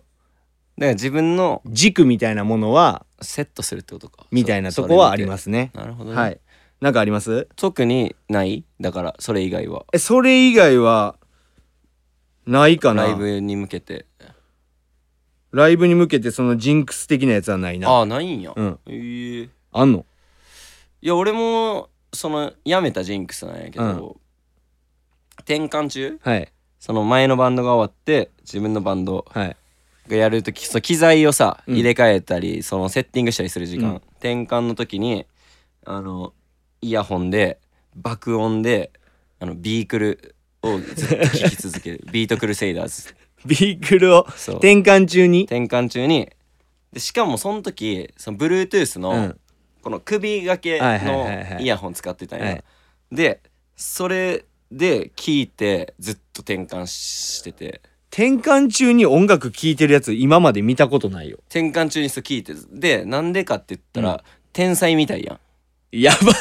Speaker 2: う
Speaker 1: ら自分の
Speaker 2: 軸みたいなものは
Speaker 1: セットするってことか
Speaker 2: みたいなとこはありますすね
Speaker 1: なるほどね、
Speaker 2: はいなんかあります
Speaker 1: 特にないだからそれ以外は
Speaker 2: えそれ以外はないかな
Speaker 1: ライブに向けて
Speaker 2: ライブに向けてそのジンクス的なやつはないな
Speaker 1: ああないんや、
Speaker 2: うん
Speaker 1: えー
Speaker 2: あんの
Speaker 1: いや俺もその辞めたジンクスなんやけど、転換中
Speaker 2: はい
Speaker 1: その前のバンドが終わって自分のバンド
Speaker 2: はい
Speaker 1: がやるときそう機材をさ
Speaker 2: うん
Speaker 1: 入れ替えたり、そのセッティングしたりする時間、
Speaker 2: うん
Speaker 1: 転換の時にあのイヤホンで爆音であのビークルをずっと聴き続 けるビートクルセイダーズ
Speaker 2: ビークルを
Speaker 1: そう転
Speaker 2: 転換中に
Speaker 1: 換中にでしかもその時その Bluetooth の、
Speaker 2: うん
Speaker 1: この首掛け
Speaker 2: はいはいはいは
Speaker 1: の
Speaker 2: い
Speaker 1: イヤホン使ってたんや、
Speaker 2: はい
Speaker 1: でそれで聞いてずっと転換してて
Speaker 2: 転換中に音楽聴いてるやつ今まで見たことないよ
Speaker 1: 転換中にそう聞いてでなんでかって言ったら、
Speaker 2: うん
Speaker 1: 天才みたいやん
Speaker 2: やば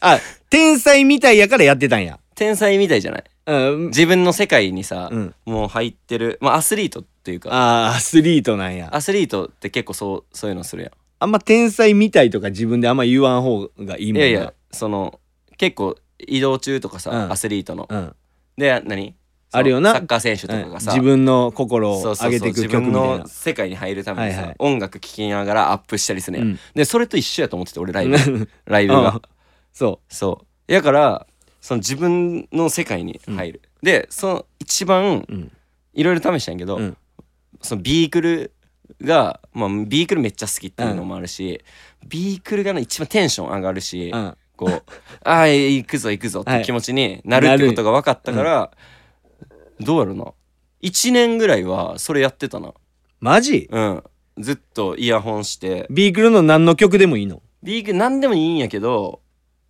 Speaker 2: あ天才みたいやからやってたんや
Speaker 1: 天才みたいじゃない
Speaker 2: うん
Speaker 1: 自分の世界にさ、
Speaker 2: うん
Speaker 1: もう入ってる、まあ、アスリートっていうか
Speaker 2: あーアスリートなんやあ
Speaker 1: アスリートって結構そうそういうのするや
Speaker 2: んま天才みたいとか自分であんま言わん方がいい
Speaker 1: ん
Speaker 2: も
Speaker 1: い
Speaker 2: ん
Speaker 1: や
Speaker 2: ない
Speaker 1: やその結構移動中とかさ、
Speaker 2: うん
Speaker 1: アスリートの、
Speaker 2: うん
Speaker 1: で何
Speaker 2: あるよな
Speaker 1: そのサッカー選手とかがさ、
Speaker 2: 自分の心
Speaker 1: そ
Speaker 2: を
Speaker 1: うそうそう
Speaker 2: 上げていく
Speaker 1: 自
Speaker 2: 曲
Speaker 1: 分
Speaker 2: みたい
Speaker 1: の
Speaker 2: な
Speaker 1: 世界に入るためにさ、
Speaker 2: はいはい
Speaker 1: 音楽聴きながらアップしたりするやん、
Speaker 2: うん
Speaker 1: でそれと一緒やと思ってて俺ライブライブ
Speaker 2: う
Speaker 1: が
Speaker 2: んそ
Speaker 1: そうやからその自分の世界に入る、でその一番
Speaker 2: う、うん
Speaker 1: いろいろ試したんやけど、
Speaker 2: うん
Speaker 1: そのビークルが、まあ、ビークルめっちゃ好きっていうのもあるし、ビークルがね一番テンション上がるし、
Speaker 2: うん、
Speaker 1: こ うああ行くぞ行くぞって気持ちになるってことが分かったから、どうやろな1年ぐらいはそれやってたな
Speaker 2: マジ
Speaker 1: うんずっとイヤホンして
Speaker 2: ビークルの何の曲でもいいの
Speaker 1: ビーグ何でもいいんやけど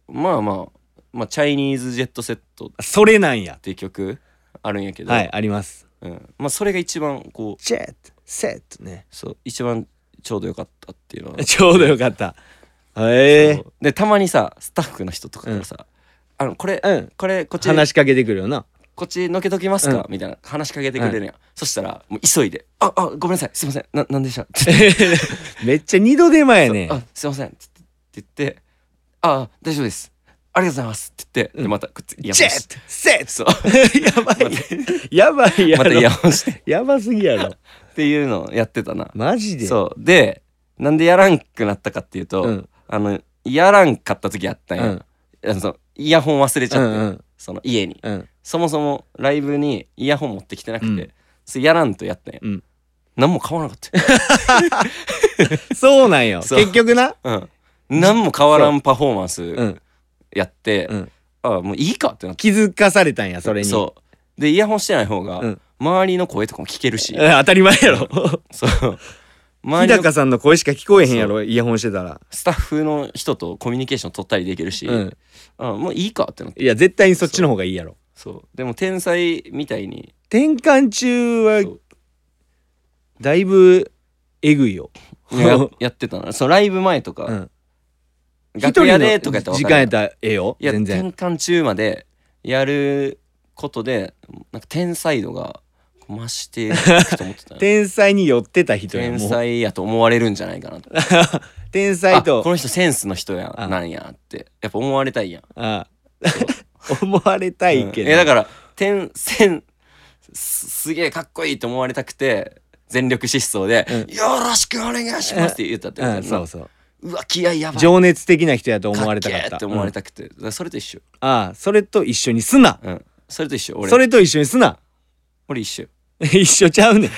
Speaker 1: まあまあまあチャイニーズジェットセットっ
Speaker 2: それなんや
Speaker 1: ていう曲あるんやけど、
Speaker 2: はいあります
Speaker 1: うん、まあそれが一番こう
Speaker 2: ジェットセットね
Speaker 1: そう一番ちょうどよかったっていうのは
Speaker 2: ちょうどよかったへえ
Speaker 1: そうでたまにさスタッフの人とかからさ「あのこれ、
Speaker 2: うん
Speaker 1: これこっち
Speaker 2: 話しかけてくるよな
Speaker 1: こっちのけときますかみたいな話しかけてくれるやん、そしたらもう急いで「ああごめんなさいすいませんななんでした」って言って
Speaker 2: めっちゃ二度手前やね
Speaker 1: あすいません」って言って「あ大丈夫ですありがとうございます」って言ってでまたこっちイヤホ
Speaker 2: ジェ
Speaker 1: ンし
Speaker 2: ッ
Speaker 1: て
Speaker 2: トセッ
Speaker 1: そう
Speaker 2: ト やばいや
Speaker 1: ま
Speaker 2: ば
Speaker 1: たイヤ
Speaker 2: いやろ
Speaker 1: ホンしてっ
Speaker 2: やばすぎやろ
Speaker 1: ていうのをやってたな
Speaker 2: マジで
Speaker 1: そうでなんでやらんくなったかっていうと、
Speaker 2: うん
Speaker 1: あのやらんかった時あったん
Speaker 2: う
Speaker 1: や、
Speaker 2: ん
Speaker 1: あのそのイヤホン忘れちゃ
Speaker 2: う
Speaker 1: って、
Speaker 2: んうん
Speaker 1: その家に
Speaker 2: うん
Speaker 1: そもそもライブにイヤホン持ってきてなくて、
Speaker 2: うん
Speaker 1: それやらんとやったんや、
Speaker 2: うん
Speaker 1: 何も買わなかったよ
Speaker 2: そうなんよ
Speaker 1: そう
Speaker 2: 結局な
Speaker 1: うん何も変わらんパフォーマン
Speaker 2: う
Speaker 1: ス
Speaker 2: ん
Speaker 1: やって、
Speaker 2: うん
Speaker 1: ああもういいかってなって
Speaker 2: 気づかされたんやそれに
Speaker 1: そうでイヤホンしてない方
Speaker 2: う
Speaker 1: が
Speaker 2: ん
Speaker 1: 周りの声とかも聞けるし、
Speaker 2: うん当たり前やろ
Speaker 1: そう
Speaker 2: 日
Speaker 1: 周りの
Speaker 2: 高さんの声しか聞こえへんやろイヤホンしてたら
Speaker 1: スタッフの人とコミュニケーション取ったりできるし、
Speaker 2: うん
Speaker 1: ああもういいかってなって
Speaker 2: いや絶対にそっちの方がいいやろ
Speaker 1: そうでも天才みたい に
Speaker 2: 転換中は
Speaker 1: そう
Speaker 2: だいぶえぐい よ。
Speaker 1: ややってたなそうライブ前とか、
Speaker 2: うん
Speaker 1: 楽屋でとかやったら
Speaker 2: 時
Speaker 1: 分かる
Speaker 2: 間やったらええよ
Speaker 1: いや
Speaker 2: 全然
Speaker 1: 転換中までやることでなんか天才度がこう増していくと思って たね
Speaker 2: 天才に寄ってた人や
Speaker 1: 天
Speaker 2: もう
Speaker 1: 才やと思われるんじゃないかな と
Speaker 2: 天才
Speaker 1: あ
Speaker 2: と
Speaker 1: この人センスの人や
Speaker 2: あ
Speaker 1: なんやってやっぱ思われたいやん、
Speaker 2: あ 思われたいけ
Speaker 1: うん
Speaker 2: ど、
Speaker 1: えだから天線すすげえかっこいいと思われたくて全力疾走で「よろしくお願いします」って言ったってことや
Speaker 2: う
Speaker 1: ん
Speaker 2: ん
Speaker 1: な
Speaker 2: そうそう
Speaker 1: うわ気合やばい
Speaker 2: 情熱的な人やと思われ
Speaker 1: か
Speaker 2: た
Speaker 1: っ
Speaker 2: か
Speaker 1: け
Speaker 2: っ
Speaker 1: ー
Speaker 2: た
Speaker 1: って思われ
Speaker 2: うん
Speaker 1: たくて、だからそれと一緒
Speaker 2: ああそれと一緒にすな
Speaker 1: うんそれと一緒俺
Speaker 2: それと一緒にすな
Speaker 1: 俺一緒
Speaker 2: 一緒ちゃうねん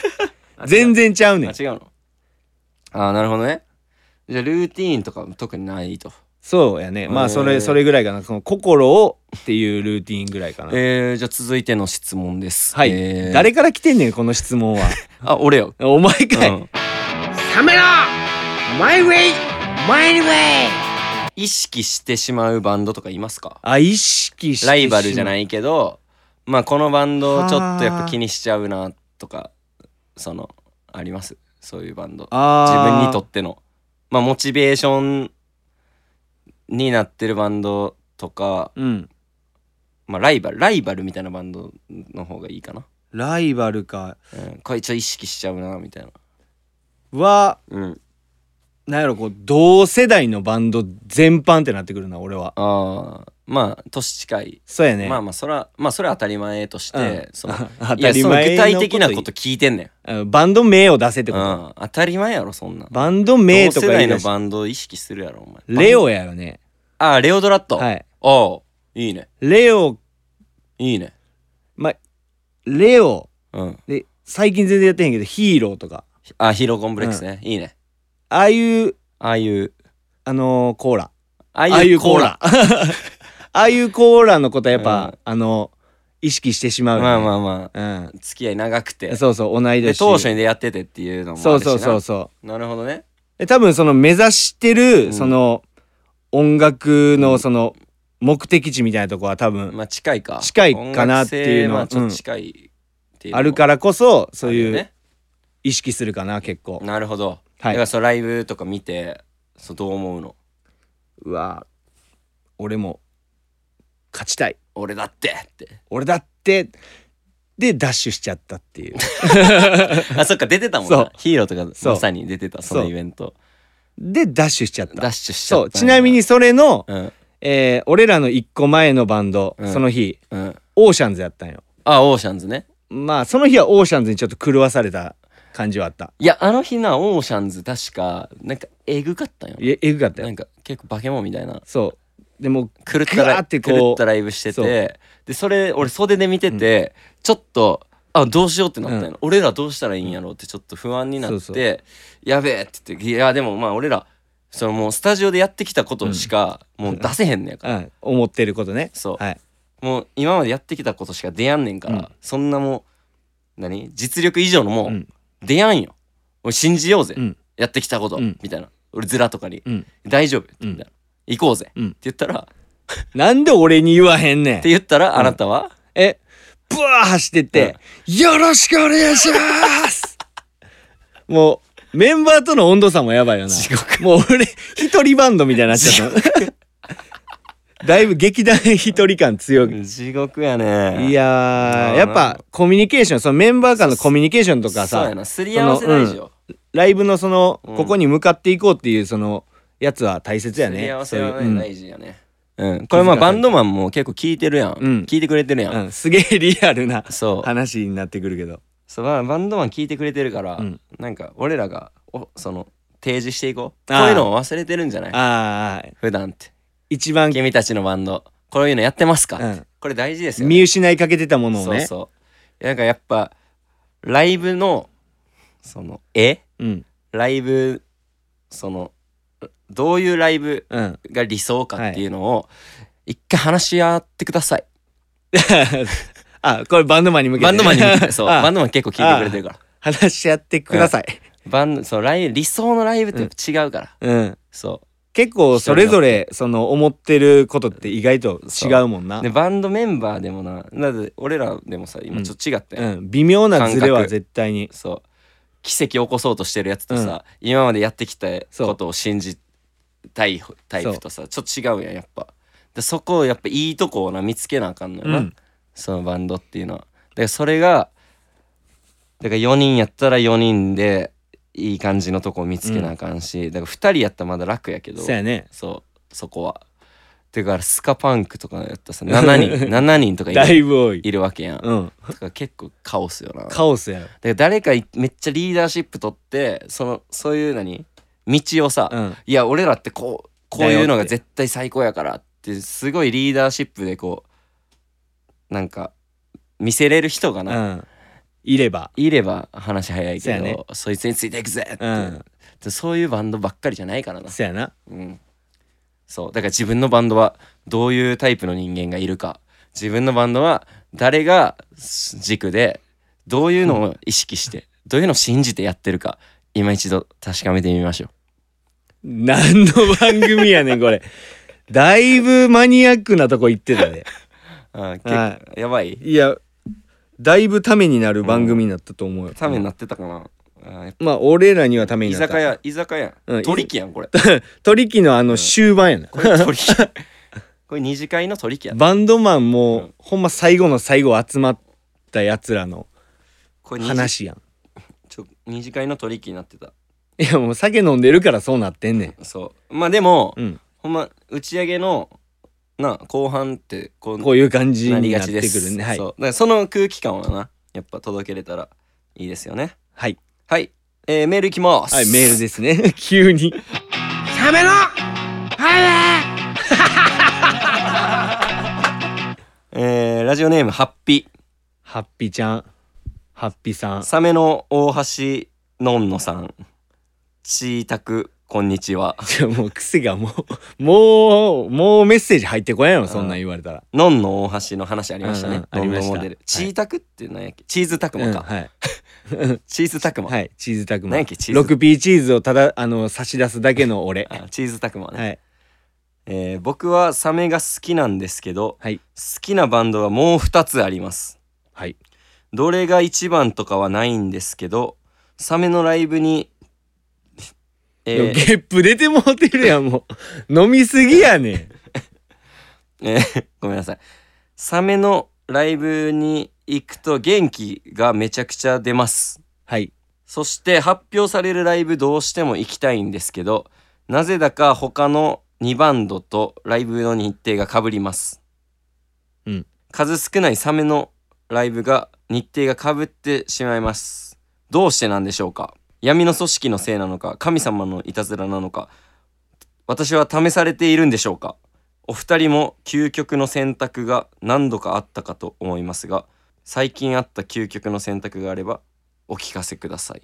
Speaker 2: 全然ちゃうね
Speaker 1: あ
Speaker 2: ん
Speaker 1: 違うのあーなるほどねじゃあルーティーンとか特にないと
Speaker 2: そうやねま
Speaker 1: う
Speaker 2: あ
Speaker 1: ん
Speaker 2: それそれぐらいかなその心をっていうルーティンぐらいかな
Speaker 1: えー、じゃあ続いての質問です
Speaker 2: はい、
Speaker 1: えー
Speaker 2: 誰から来てんねんこの質 問は
Speaker 1: あ俺よ、
Speaker 2: お前かい、
Speaker 1: うん
Speaker 2: サメラマイウェイマイウェイ
Speaker 1: 意識してしまうバンドとかいますか
Speaker 2: あ意識して
Speaker 1: ライバルじゃないいけどまあこのバンドちょっとやっぱ気にしちゃうなとかそのありますそういうバンド自
Speaker 2: あー
Speaker 1: 分にとってのまあモチベーションになってるバンドとか
Speaker 2: うん
Speaker 1: まあライバルライバルみたいなバンドの方がいいかな、
Speaker 2: ライバルか
Speaker 1: うん、こいつ意識しちゃうなみたいな
Speaker 2: は
Speaker 1: うん
Speaker 2: なんやろこう同世代のバンド全般ってなってくるな俺は
Speaker 1: ああまあ年近い、
Speaker 2: そうやね
Speaker 1: まあまあそれはまあそれは当たり前として、
Speaker 2: うん
Speaker 1: その
Speaker 2: 当
Speaker 1: いや
Speaker 2: たり
Speaker 1: その具
Speaker 2: 前の
Speaker 1: 体的なこと聞いてんねん
Speaker 2: うんバンド名を出せってこ
Speaker 1: う
Speaker 2: と
Speaker 1: ん、当たり前やろそんなん
Speaker 2: バンド名
Speaker 1: 同
Speaker 2: と
Speaker 1: 世
Speaker 2: か
Speaker 1: 代
Speaker 2: 言い
Speaker 1: の
Speaker 2: 出し
Speaker 1: バンドを意識するやろお前
Speaker 2: レ
Speaker 1: バン
Speaker 2: オやよね
Speaker 1: あレオドラット
Speaker 2: はい
Speaker 1: おういいね
Speaker 2: レオ
Speaker 1: いいね
Speaker 2: まあレオ
Speaker 1: うん
Speaker 2: で最近全然やってへんけどヒーローとか
Speaker 1: あヒーローコンプレックスね、いいね
Speaker 2: ああいう
Speaker 1: ああいう
Speaker 2: あのーコーラ
Speaker 1: あ
Speaker 2: ああいうコーラああいうコーラのことはやっぱ、あの意識してしまうよね
Speaker 1: まあまあまあ
Speaker 2: うん
Speaker 1: 付き合い長くて
Speaker 2: そうそう同い
Speaker 1: で
Speaker 2: 年
Speaker 1: 当初に出会っててっていうのもあ
Speaker 2: そ
Speaker 1: る
Speaker 2: う
Speaker 1: しな
Speaker 2: そうそうそう
Speaker 1: なるほどね
Speaker 2: で多分その目指して
Speaker 1: うん
Speaker 2: るその音楽
Speaker 1: う
Speaker 2: の
Speaker 1: ん
Speaker 2: その目的地みたいなとこは多分
Speaker 1: まあ近いか
Speaker 2: 近いかなっていうのは
Speaker 1: 音楽性まあちょっと近いっていうのも
Speaker 2: あるからこそそう
Speaker 1: あるよ
Speaker 2: いう
Speaker 1: ね
Speaker 2: 意識するかな結構
Speaker 1: なるほど、だか
Speaker 2: は
Speaker 1: ら
Speaker 2: い
Speaker 1: そのライブとか見てそうどう思うの
Speaker 2: うわ俺も勝ちたい
Speaker 1: 俺だってって
Speaker 2: 俺だってでダッシュしちゃったっ ていう
Speaker 1: あそっか出てたもん
Speaker 2: そ
Speaker 1: な
Speaker 2: う
Speaker 1: ヒーローとか
Speaker 2: そう
Speaker 1: まさに出てたその
Speaker 2: そう
Speaker 1: イベント
Speaker 2: でダッシュしちゃった
Speaker 1: ダッシュしちゃ
Speaker 2: そ
Speaker 1: った
Speaker 2: うちなみにそれの、
Speaker 1: うん
Speaker 2: えー俺らの一個前のバンド、
Speaker 1: うん
Speaker 2: その日
Speaker 1: うん
Speaker 2: オーシャンズやったんよ
Speaker 1: あオーシャンズね
Speaker 2: まあその日はオーシャンズにちょっと狂わされた感じはあった
Speaker 1: いやあの日なオーシャンズ確かなんかえぐかったんよ
Speaker 2: ええぐかった
Speaker 1: な
Speaker 2: よ
Speaker 1: んか結構化け物みたいな
Speaker 2: そうでも
Speaker 1: 狂った
Speaker 2: ぐわ
Speaker 1: ラ
Speaker 2: ーって
Speaker 1: イ
Speaker 2: こう
Speaker 1: 狂ったライブして
Speaker 2: そう
Speaker 1: てでそれ俺袖で見てて、ちょっとあどうしようってなったんや
Speaker 2: う
Speaker 1: ろ俺らどうしたらいいんやろうってちょっと不安になって
Speaker 2: そうそ
Speaker 1: やべえって言っていやでもまあ俺らそのもうスタジオでやってきたことしかもう出せへんねんか
Speaker 2: う
Speaker 1: ら、
Speaker 2: ん、思ってることね
Speaker 1: そう
Speaker 2: はい、
Speaker 1: もう今までやってきたことしか出やんねんから、
Speaker 2: うん
Speaker 1: そんなもう何実力以上のもう、
Speaker 2: うん
Speaker 1: 出やんよ俺信じようぜ、
Speaker 2: うん
Speaker 1: やってきたこと、
Speaker 2: うん
Speaker 1: みたいな俺ズラとかに、
Speaker 2: うん
Speaker 1: 大丈夫
Speaker 2: うん
Speaker 1: みたいな行こうぜ、
Speaker 2: うん
Speaker 1: って言ったらっ
Speaker 2: なんで俺に言わへんねん
Speaker 1: て言ったら、
Speaker 2: ん
Speaker 1: あなたは
Speaker 2: えブワー走ってって、よろしくお願いします もうメンバーとの温度差もやばいよな
Speaker 1: 地獄
Speaker 2: もう俺一人バンドみたいになっちゃった だいぶ劇団一人感強 い
Speaker 1: 地獄やね
Speaker 2: い
Speaker 1: あ
Speaker 2: やー
Speaker 1: ー
Speaker 2: やっぱコミュニケーションそのメンバー間のコミュニケーションとか
Speaker 1: そう
Speaker 2: さ
Speaker 1: やなすり合わせ大事よ、
Speaker 2: ライブのその
Speaker 1: うん
Speaker 2: ここに向かっていこうっていうそのやつは大切や
Speaker 1: す
Speaker 2: ね
Speaker 1: り合わせ
Speaker 2: そ
Speaker 1: は
Speaker 2: ういううん
Speaker 1: 大事やねうん、これまあバ
Speaker 2: 気づかされた
Speaker 1: ンドマンも結構聞いてるやん、
Speaker 2: うん
Speaker 1: 聞いてくれてるやん、
Speaker 2: うんすげえリアルな
Speaker 1: そう
Speaker 2: 話になってくるけど
Speaker 1: そうまあバンドマン聞いてくれてるから、
Speaker 2: うん
Speaker 1: なんか俺らがおその提示していこう
Speaker 2: あー
Speaker 1: こういうのを忘れてるんじゃない
Speaker 2: ああ
Speaker 1: 普段って
Speaker 2: 一番
Speaker 1: 君たちのバンドこういうのやってますか、
Speaker 2: うん
Speaker 1: これ大事ですよ、
Speaker 2: 見失いかけてたものを
Speaker 1: そう
Speaker 2: ね
Speaker 1: そうなんかやっぱライブのその絵
Speaker 2: うん
Speaker 1: ライブそのどういうライブ
Speaker 2: うん
Speaker 1: が理想かっていうのを一回話し合ってください、
Speaker 2: あこれバンドマンに向けて
Speaker 1: バンドマンに向け てそう
Speaker 2: あ
Speaker 1: バンドマン結構聞いてくれてるから
Speaker 2: 話し合ってください
Speaker 1: バンドそのライブ理想のライブってやっぱ違うから、
Speaker 2: うん
Speaker 1: そう
Speaker 2: 結構それぞれその思ってることって意外と違うもんな
Speaker 1: でバンドメンバーでもなだって俺らでもさ今ちょっと違って、
Speaker 2: うん、微妙なズレ
Speaker 1: 感
Speaker 2: は
Speaker 1: 覚
Speaker 2: 絶対に
Speaker 1: そう奇跡起こそうとしてるやつとさ、今までやってきたことを信じたいタイプとさちょっと違うやんやっぱでそこをやっぱいいとこをな見つけなあかんのよな、
Speaker 2: うん
Speaker 1: そのバンドっていうのはだからそれがだから4人やったら4人でいい感じのとこを見つけなあかんし、だから2人やったらまだ楽やけど
Speaker 2: そうやね
Speaker 1: そうそこはてからスカパンクとかやったらさ7人 7人とかい
Speaker 2: だ
Speaker 1: る
Speaker 2: いぶ多い
Speaker 1: いるわけやん、
Speaker 2: うん
Speaker 1: だから結構カオスよな
Speaker 2: カオスやろ
Speaker 1: で誰かいめっちゃリーダーシップ取ってそのそういう何道をさ、
Speaker 2: うん
Speaker 1: いや俺らってこうこういうの
Speaker 2: だよっ
Speaker 1: が
Speaker 2: て
Speaker 1: 絶対最高やからってすごいリーダーシップでこうなんか見せれる人が
Speaker 2: う
Speaker 1: な、
Speaker 2: んいれば
Speaker 1: いれば話早い
Speaker 2: そ
Speaker 1: け
Speaker 2: うや
Speaker 1: どそ,、
Speaker 2: ね
Speaker 1: いつについていくぜって、
Speaker 2: うん
Speaker 1: でそういうバンドばっかりじゃないからな、
Speaker 2: そうやな
Speaker 1: うん、そうだから自分のバンドはどういうタイプの人間がいるか自分のバンドは誰が軸でどういうのを意識して、どういうのを信じてやってるか今一度確かめてみましょう
Speaker 2: 何の番組やねんこれだいぶマニアックなとこ行ってたで
Speaker 1: あ結
Speaker 2: は
Speaker 1: 構やばい
Speaker 2: いやだいぶためになる番組になったと思うよ
Speaker 1: ためになってたかな、あやっ
Speaker 2: まあ俺らにはため
Speaker 1: ぱ
Speaker 2: に
Speaker 1: 居
Speaker 2: なっ
Speaker 1: 酒
Speaker 2: た
Speaker 1: 屋居酒屋、
Speaker 2: うん
Speaker 1: 取引やんこ れ
Speaker 2: 取引のあの終盤やな
Speaker 1: これ取引これ二次会の取引やん
Speaker 2: バンドマン
Speaker 1: う
Speaker 2: も
Speaker 1: ん
Speaker 2: ほんま最後の最後集まったやつらの
Speaker 1: これ二次
Speaker 2: 話やん
Speaker 1: ちょ二次会の取引になってた
Speaker 2: いやもう酒飲んでるからそうなってんねん
Speaker 1: そうまあでも、
Speaker 2: うん
Speaker 1: ほんま打ち上げのな後半ってこう
Speaker 2: こういう感じ
Speaker 1: なり
Speaker 2: に
Speaker 1: が
Speaker 2: なっ
Speaker 1: ちで
Speaker 2: てく
Speaker 1: す。
Speaker 2: るねはい
Speaker 1: そうだからその空気感はな、やっぱ届けれたらいいですよね。
Speaker 2: はい
Speaker 1: はい。えー、メールいきます。
Speaker 2: はい、メールですね。 急に。喋ろ
Speaker 1: えーラジオネーム、ハッピー。
Speaker 2: ハッピーちゃん。ハッピーさん。
Speaker 1: サメの大橋のんのさん。ちーたく、こんにちは。
Speaker 2: じゃもう癖がもう、もう、もうメッセージ入ってこないの、そんなん言われたら。
Speaker 1: のんの大橋の話ありました
Speaker 2: うんう
Speaker 1: ね
Speaker 2: ん。ありました
Speaker 1: のんのモデル。
Speaker 2: はい
Speaker 1: ちーたくって何やっけチーズたく
Speaker 2: う
Speaker 1: ま
Speaker 2: ん
Speaker 1: か。
Speaker 2: はい。
Speaker 1: チーズたくま。
Speaker 2: はい、チーズたくま。
Speaker 1: 何やっけチーズ
Speaker 2: 6P チーズをただ、あの、差し出すだけの俺。
Speaker 1: あチーズたくまね、
Speaker 2: はい。
Speaker 1: えー僕はサメが好きなんですけど、
Speaker 2: はい
Speaker 1: 好きなバンドはもう2つあります。
Speaker 2: はい。
Speaker 1: どれが一番とかはないんですけどサメのライブに、
Speaker 2: でも
Speaker 1: え
Speaker 2: ゲ
Speaker 1: ー
Speaker 2: ップ出てもうてるやん、もう。飲みすぎやねん。
Speaker 1: えーごめんなさいサメのライブに行くと元気がめちゃくちゃ出ます
Speaker 2: はい。
Speaker 1: そして発表されるライブどうしても行きたいんですけどなぜだか他の2バンドとライブの日程がかぶります、
Speaker 2: うん
Speaker 1: 数少ないサメのライブが日程がかぶってしまいますどうしてなんでしょうか闇の組織のせいなのか神様のいたずらなのか私は試されているんでしょうかお二人も究極の選択が何度かあったかと思いますが最近あった究極の選択があればお聞かせください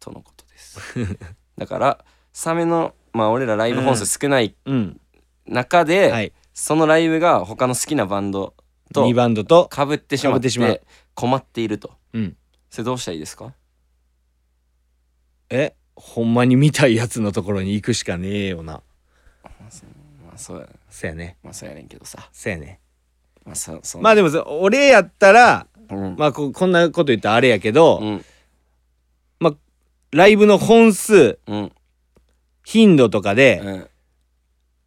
Speaker 1: とのことですだからサメのまあ俺らライブ本数少ない
Speaker 2: うん。
Speaker 1: 中で、
Speaker 2: はい。
Speaker 1: そのライブが他の好きなバンドと
Speaker 2: 2バンドと、
Speaker 1: かぶってしまっ
Speaker 2: 被ってしまう
Speaker 1: て困っていると
Speaker 2: うん。
Speaker 1: それどうしたらいいですか
Speaker 2: え、ほんまに見たいやつのところに行くしかねえよな。
Speaker 1: まあそうや
Speaker 2: そやね。
Speaker 1: まあそうやねんけどさ
Speaker 2: そやね。
Speaker 1: まあそそん
Speaker 2: まあでもそ俺やったら
Speaker 1: うん
Speaker 2: まあここんなこと言ったらあれやけど、
Speaker 1: うん
Speaker 2: ライブの本数
Speaker 1: うん
Speaker 2: 頻度とかで、
Speaker 1: うん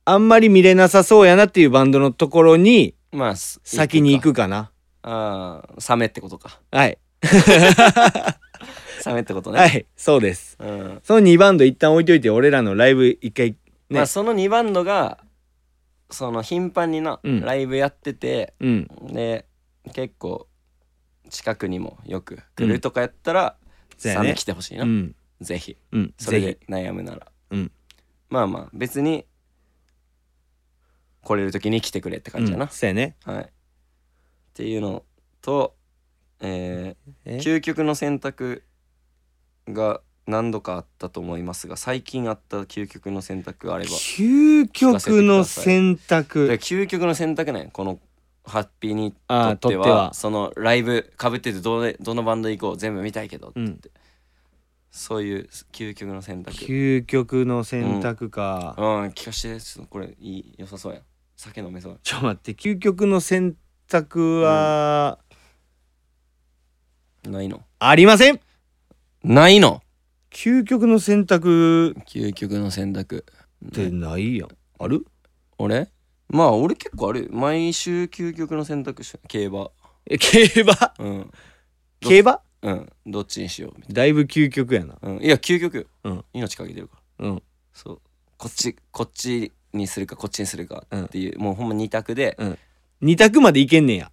Speaker 2: あんまり見れなさそうやなっていうバンドのところに
Speaker 1: まあす
Speaker 2: 先に行くかな
Speaker 1: ああサメってこと か
Speaker 2: はい、
Speaker 1: サメってことね、
Speaker 2: はいそうです
Speaker 1: うん
Speaker 2: その2バンド一旦置いといて俺らのライブ一回ね、
Speaker 1: まあその2バンドがその頻繁にな、
Speaker 2: うん
Speaker 1: ライブやってて
Speaker 2: うん
Speaker 1: で結構近くにもよく来るとかやったら、
Speaker 2: そうや
Speaker 1: サ
Speaker 2: ね
Speaker 1: メ来てほしいな、
Speaker 2: うん
Speaker 1: ぜひ
Speaker 2: うん
Speaker 1: それ
Speaker 2: ぜ
Speaker 1: で悩むなら、
Speaker 2: うん
Speaker 1: まあまあ別に来れる時に来てくれって
Speaker 2: ひう
Speaker 1: 感じや
Speaker 2: ん
Speaker 1: な、
Speaker 2: そうやね
Speaker 1: はいっていうのとえー
Speaker 2: え
Speaker 1: 究極の選択が何度かあったと思いますが最近あった究極の選択があれば
Speaker 2: 究極の選
Speaker 1: だから
Speaker 2: 択
Speaker 1: 究極の選択ねこのハッピーにと
Speaker 2: あ
Speaker 1: っ
Speaker 2: ー
Speaker 1: て
Speaker 2: と
Speaker 1: は
Speaker 2: っては
Speaker 1: そのライブかぶっててどれどのバンド行こう全部見たいけどって、
Speaker 2: うん
Speaker 1: そういう究極の選択うん
Speaker 2: 究極の選択か、
Speaker 1: 聞かしてちょっとこれいい良さそうや酒飲めそう
Speaker 2: ちょっと待って究極の選択は
Speaker 1: やないの
Speaker 2: ありません、
Speaker 1: ないの
Speaker 2: 究極の選択
Speaker 1: 究極の選択
Speaker 2: ってないやんある
Speaker 1: 俺まあ俺結構あるよ毎週究極の選択肢競馬
Speaker 2: え競馬
Speaker 1: うん
Speaker 2: 競馬
Speaker 1: うんどっちにしようみたい
Speaker 2: だいぶ究極やな
Speaker 1: な、うん、いや究極よ、
Speaker 2: うん
Speaker 1: 命かけてるから
Speaker 2: うん
Speaker 1: そうこっちこっちにするかこっちにするかっていう、もうほんま2択で、
Speaker 2: 二択までいけんねんや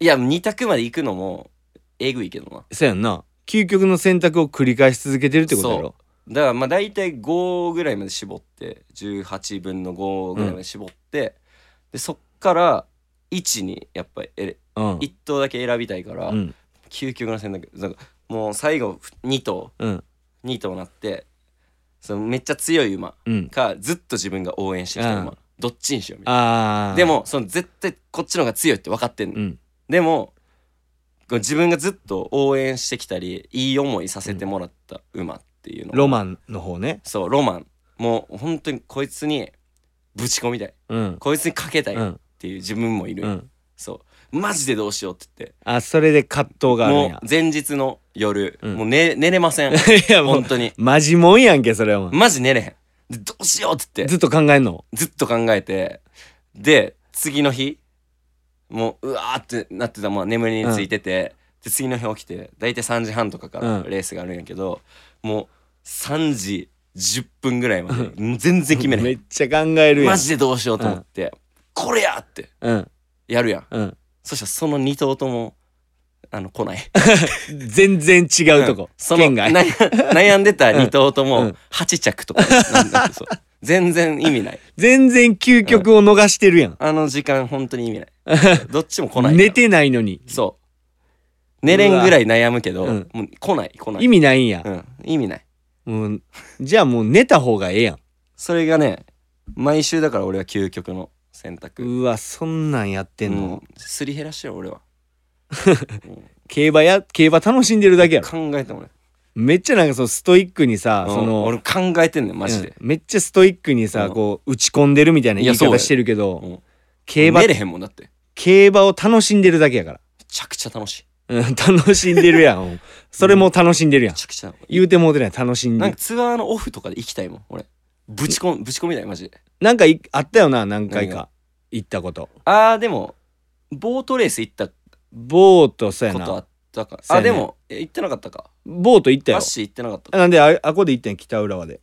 Speaker 1: いや2択まで行くのもえぐいけどな
Speaker 2: そうやんな究極の選択を繰り返し続けてるってことやろ
Speaker 1: だからまあ大体5ぐらいまで絞って18分の5ぐらいまで絞って、でそっから1にやっぱりえ
Speaker 2: うん
Speaker 1: 1頭だけ選びたいから、
Speaker 2: うん
Speaker 1: 究極の選択なんかもう最後2頭
Speaker 2: うん
Speaker 1: 2頭なってそのめっちゃ強い馬
Speaker 2: うん
Speaker 1: かずっと自分が応援してきた馬、
Speaker 2: うん
Speaker 1: どっちにしようみたい
Speaker 2: あ
Speaker 1: な
Speaker 2: あ
Speaker 1: でもその絶対こっちの方が強いって分かってんの、
Speaker 2: うん
Speaker 1: でもこう自分がずっと応援してきたりいい思いさせてもらった馬っていうの
Speaker 2: ロマンの方ね
Speaker 1: そうロマンもう本当にこいつにぶち込みたい
Speaker 2: うん
Speaker 1: こいつにかけたいっ
Speaker 2: うん
Speaker 1: ていう自分もいる、
Speaker 2: うん
Speaker 1: そうマジでどうしようって言って
Speaker 2: あそれで葛藤があるん
Speaker 1: も
Speaker 2: や
Speaker 1: う前日の夜、
Speaker 2: うん
Speaker 1: もう寝寝れません
Speaker 2: いや もう
Speaker 1: 本当に
Speaker 2: マジもんやんけそれはお前
Speaker 1: マジ寝れへんでどうしようって言って
Speaker 2: ずっと考えんの
Speaker 1: ずっと考えてで次の日もううわーってなってたまあ眠りについてて、で次の日起きて大体3時半とかから
Speaker 2: うん
Speaker 1: レースがあるんやけど、もう3時10分ぐらいまで全然決めれへ
Speaker 2: め
Speaker 1: ん
Speaker 2: っちゃ考えるやん
Speaker 1: マジでどうしようと思って、これやって
Speaker 2: うん
Speaker 1: やるやん
Speaker 2: うん
Speaker 1: そしたらその2頭ともあの来ない
Speaker 2: 全然違うとこ
Speaker 1: その
Speaker 2: 県外
Speaker 1: 悩悩んでた2頭と
Speaker 2: う
Speaker 1: も
Speaker 2: ん
Speaker 1: 8着とかなんだけどそう全然意味ない
Speaker 2: 全然究極を逃してるやん
Speaker 1: あの時間本当に意 味ないどっちも来ないから
Speaker 2: 寝てないのに
Speaker 1: そう寝れんぐらい悩むけど、
Speaker 2: うん
Speaker 1: もう来ない来ない
Speaker 2: 意味ないんや
Speaker 1: うん、意味ない
Speaker 2: もうじゃあもう寝た方がええやん
Speaker 1: それがね毎週だから俺は究極の選択
Speaker 2: うわそんなんやってんの、
Speaker 1: うんすり減らしてよ 俺はうん
Speaker 2: 競馬や競馬楽しんでるだけやろ
Speaker 1: 考えてもね
Speaker 2: めっちゃなんかそのストイックにさ、
Speaker 1: うん
Speaker 2: その
Speaker 1: 俺考えてんねんマジで、
Speaker 2: うんめっちゃストイックにさ、
Speaker 1: うん
Speaker 2: こう打ち込んでるみたいな言い
Speaker 1: いやそう
Speaker 2: 方
Speaker 1: や
Speaker 2: してるけど、
Speaker 1: うん
Speaker 2: 競馬
Speaker 1: 寝れへんもんだってめ
Speaker 2: 競馬を楽しんでるだけやから、
Speaker 1: ちゃくちゃ楽しい
Speaker 2: うん、 楽しんでるやんうんそれも楽しんでるやん、
Speaker 1: めちゃくちゃ
Speaker 2: 言うてもうてない楽しんで
Speaker 1: なん
Speaker 2: る
Speaker 1: かツアーのオフとかで行きたいもん俺ぶち込むぶち込みたいマジで
Speaker 2: なんかいあったよな何回
Speaker 1: 何
Speaker 2: か行ったこと
Speaker 1: あーでもボートレース行ったこ
Speaker 2: ボートそうや
Speaker 1: とあ
Speaker 2: な
Speaker 1: ったから
Speaker 2: そう
Speaker 1: あ
Speaker 2: やね
Speaker 1: でもえ行ってなかったか
Speaker 2: ボート行った
Speaker 1: バ
Speaker 2: よ
Speaker 1: ッシー行ってなかった
Speaker 2: なんでああこで行ったん北浦和で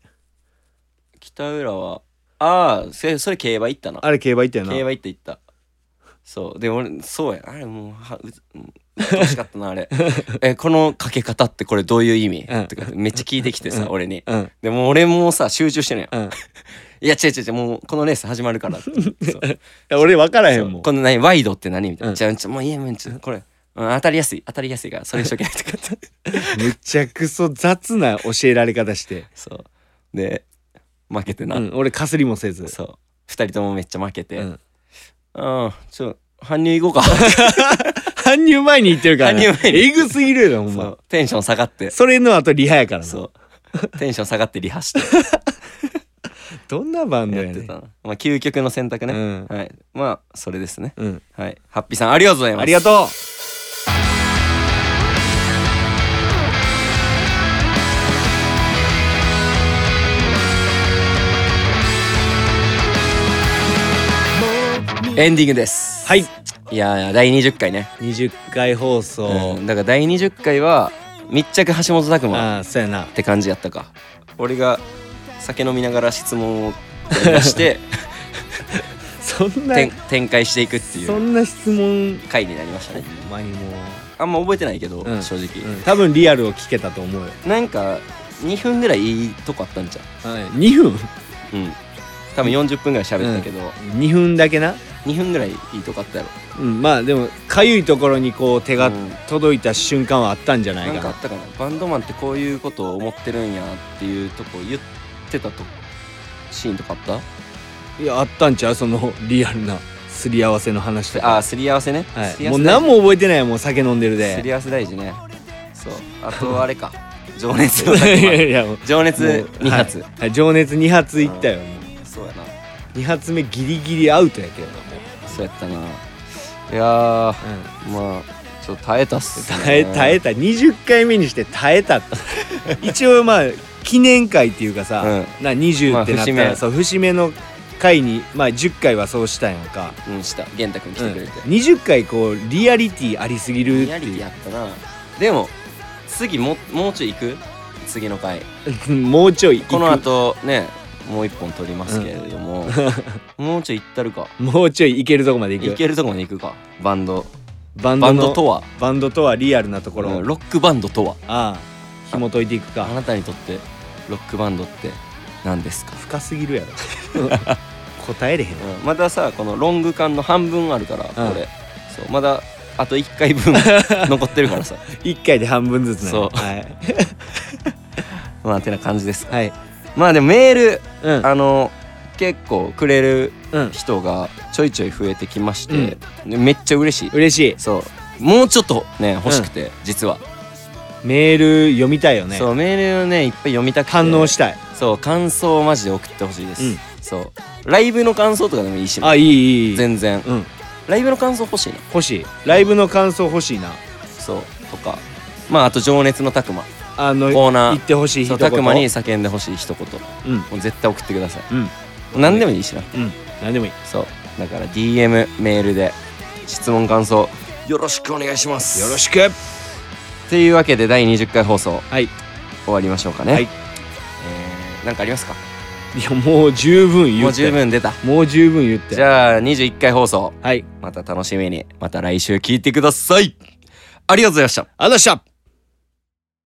Speaker 1: 北浦はああそれそれ競馬行ったな
Speaker 2: あれ競馬行ったよな
Speaker 1: 競馬行った行ったそうで俺そうやなあれもうはうずうん楽しかったな あれえこのかけ方ってこれどういう意味、
Speaker 2: うん
Speaker 1: とかめっちゃ聞いてきてさ、
Speaker 2: うん
Speaker 1: 俺に
Speaker 2: うん
Speaker 1: でも俺もさ集中してんのよ、
Speaker 2: うん
Speaker 1: いや違う違う違うもうこのレース始まる からってそう
Speaker 2: いや俺分からへ
Speaker 1: そ
Speaker 2: んも
Speaker 1: うんこの何ワイドって何みたいな、
Speaker 2: うん
Speaker 1: じゃあちょもういいやもうちょこれ、うん、当たりやすい当たりやすいからそれにしとけとかって
Speaker 2: むちゃくそ雑な教えられ方して、
Speaker 1: そうで負けてな、
Speaker 2: うん、俺かすりもせず
Speaker 1: そう2人ともめっちゃ負けて、
Speaker 2: うん
Speaker 1: ああちょ搬入行こうか
Speaker 2: 搬入前に行ってるからな
Speaker 1: 搬入前に
Speaker 2: えぐすぎるよ なほん
Speaker 1: そ
Speaker 2: ま
Speaker 1: うテンション下がって
Speaker 2: それの後リハやからな
Speaker 1: そうテンション下がってリハ して
Speaker 2: どんなバンド
Speaker 1: や
Speaker 2: や
Speaker 1: って
Speaker 2: ねん
Speaker 1: たな、まあ、究極の選択ね、
Speaker 2: うん
Speaker 1: はいまあそれですね
Speaker 2: うん
Speaker 1: はいハッピーさんありがとうございます
Speaker 2: ありが
Speaker 1: う
Speaker 2: と
Speaker 1: エンディングで
Speaker 2: う
Speaker 1: す
Speaker 2: はい
Speaker 1: いやー第20回ね、
Speaker 2: 20回放送、
Speaker 1: うん、だから第20回は密着橋本拓馬っ
Speaker 2: ああそうやな
Speaker 1: て感じやったか俺が酒飲みながら質問を出して
Speaker 2: そんな
Speaker 1: 展展開していくってい
Speaker 2: そ
Speaker 1: うん
Speaker 2: な質問
Speaker 1: 回になりましたね
Speaker 2: ほんまにも
Speaker 1: あんま覚えてないけど、
Speaker 2: うん
Speaker 1: 正直、
Speaker 2: う、うん、多分リアルを聞けたと思うよ、
Speaker 1: なんか2分ぐらいいいとこあったんじゃ
Speaker 2: はい、2分
Speaker 1: ううん多分40分ぐらい喋ったけど、
Speaker 2: 2分だけな
Speaker 1: 2分ぐらいいいとこあったやろ
Speaker 2: うんまあでもかゆいところにこう手が
Speaker 1: うん
Speaker 2: 届いた瞬間はあったんじゃな
Speaker 1: な
Speaker 2: い
Speaker 1: ん
Speaker 2: か
Speaker 1: かあ
Speaker 2: な
Speaker 1: ったかなバンドマンってこういうことを思ってるんやっていうとこ言ってたとシーンとかあった
Speaker 2: いやあったんちゃうそのリアルなすり合わせの話と
Speaker 1: あ
Speaker 2: か
Speaker 1: あすり合わせね、
Speaker 2: はい、
Speaker 1: も
Speaker 2: もう
Speaker 1: う
Speaker 2: 何も覚えてないよもう酒飲んでる
Speaker 1: すり
Speaker 2: で
Speaker 1: 合わせ大事ねそうあとあれか情熱の
Speaker 2: いやいや
Speaker 1: 拓
Speaker 2: いやもう
Speaker 1: 磨情熱
Speaker 2: もう
Speaker 1: 2発、
Speaker 2: はいはい情熱2発いったよ
Speaker 1: そうやな
Speaker 2: 2発目ギリギリアウトやけども
Speaker 1: そうやったないやーまあちょっと耐えたっすね
Speaker 2: 耐え耐えた20回目にして耐えたって 一応まあ記念会っていうかさ、
Speaker 1: う
Speaker 2: な20ってなったら、
Speaker 1: まあ節目
Speaker 2: そう節目の回に、まあ、10回はそうしたんやんか、
Speaker 1: うんした玄太君来
Speaker 2: うん、
Speaker 1: てくれて、
Speaker 2: 20回こうリアリティありすぎるっ
Speaker 1: リア
Speaker 2: て
Speaker 1: リティ
Speaker 2: い
Speaker 1: やったなでも次ももうちょい行く次の回
Speaker 2: う もうちょい行く
Speaker 1: この後ねもう一本撮りますけれども、もうちょい行ったるか
Speaker 2: もうちょいいけるとこまで行く
Speaker 1: 行けるとこまで行くかバンド
Speaker 2: バン
Speaker 1: バ
Speaker 2: ド
Speaker 1: ン
Speaker 2: の
Speaker 1: ドとは
Speaker 2: バンドとはリアルなところ、
Speaker 1: うんロックバンドとは
Speaker 2: ああ紐解いていくか
Speaker 1: あなたにとってロックバンドって何ですか、
Speaker 2: 深すぎるやろ 答えれへん
Speaker 1: うん、まださこのロング缶の半分あるから、
Speaker 2: ん
Speaker 1: これそうまだあと1回 分残ってるからさ
Speaker 2: 一回で半分ずつなの
Speaker 1: そう
Speaker 2: はい、
Speaker 1: まあてな感じですか
Speaker 2: はい、
Speaker 1: まあでもメール
Speaker 2: うん
Speaker 1: あの結構くれる
Speaker 2: うん
Speaker 1: 人がちょいちょい増えてきまして、でめっちゃ嬉しい
Speaker 2: 嬉しい
Speaker 1: そうもうちょっとね欲しくて、実は、
Speaker 2: メール読みたいよね
Speaker 1: そうメールをねいっぱい読みたくて
Speaker 2: 反応したい
Speaker 1: そう感想をマジで送ってほしいです、
Speaker 2: うん
Speaker 1: そうライブの感想とかでもいいし
Speaker 2: あいいいいいい
Speaker 1: 全然
Speaker 2: うん
Speaker 1: ライブの感想欲しいな
Speaker 2: 欲しいライブの感想欲しいな
Speaker 1: そうとかまああと情熱のたくま
Speaker 2: あの
Speaker 1: コーナー
Speaker 2: 言ってほしい
Speaker 1: そう
Speaker 2: 一
Speaker 1: たく
Speaker 2: 言
Speaker 1: まに叫んでほしい一言も
Speaker 2: うん
Speaker 1: う絶対送ってください
Speaker 2: うん
Speaker 1: 何でもいいしな
Speaker 2: うん何でもいい
Speaker 1: そうだから DM メールで質問感想よろしくお願いします
Speaker 2: よろ
Speaker 1: く
Speaker 2: しく
Speaker 1: というわけで第20回放送
Speaker 2: はい
Speaker 1: 終わりましょうかね
Speaker 2: はい
Speaker 1: えーなんかありますか
Speaker 2: いやもう十分言
Speaker 1: もう
Speaker 2: って
Speaker 1: 十分出た
Speaker 2: もう十分言って
Speaker 1: じゃあ21回放送
Speaker 2: はい
Speaker 1: また楽しみにまた来週聞いてくださいありがとうございました
Speaker 2: ありがとうございました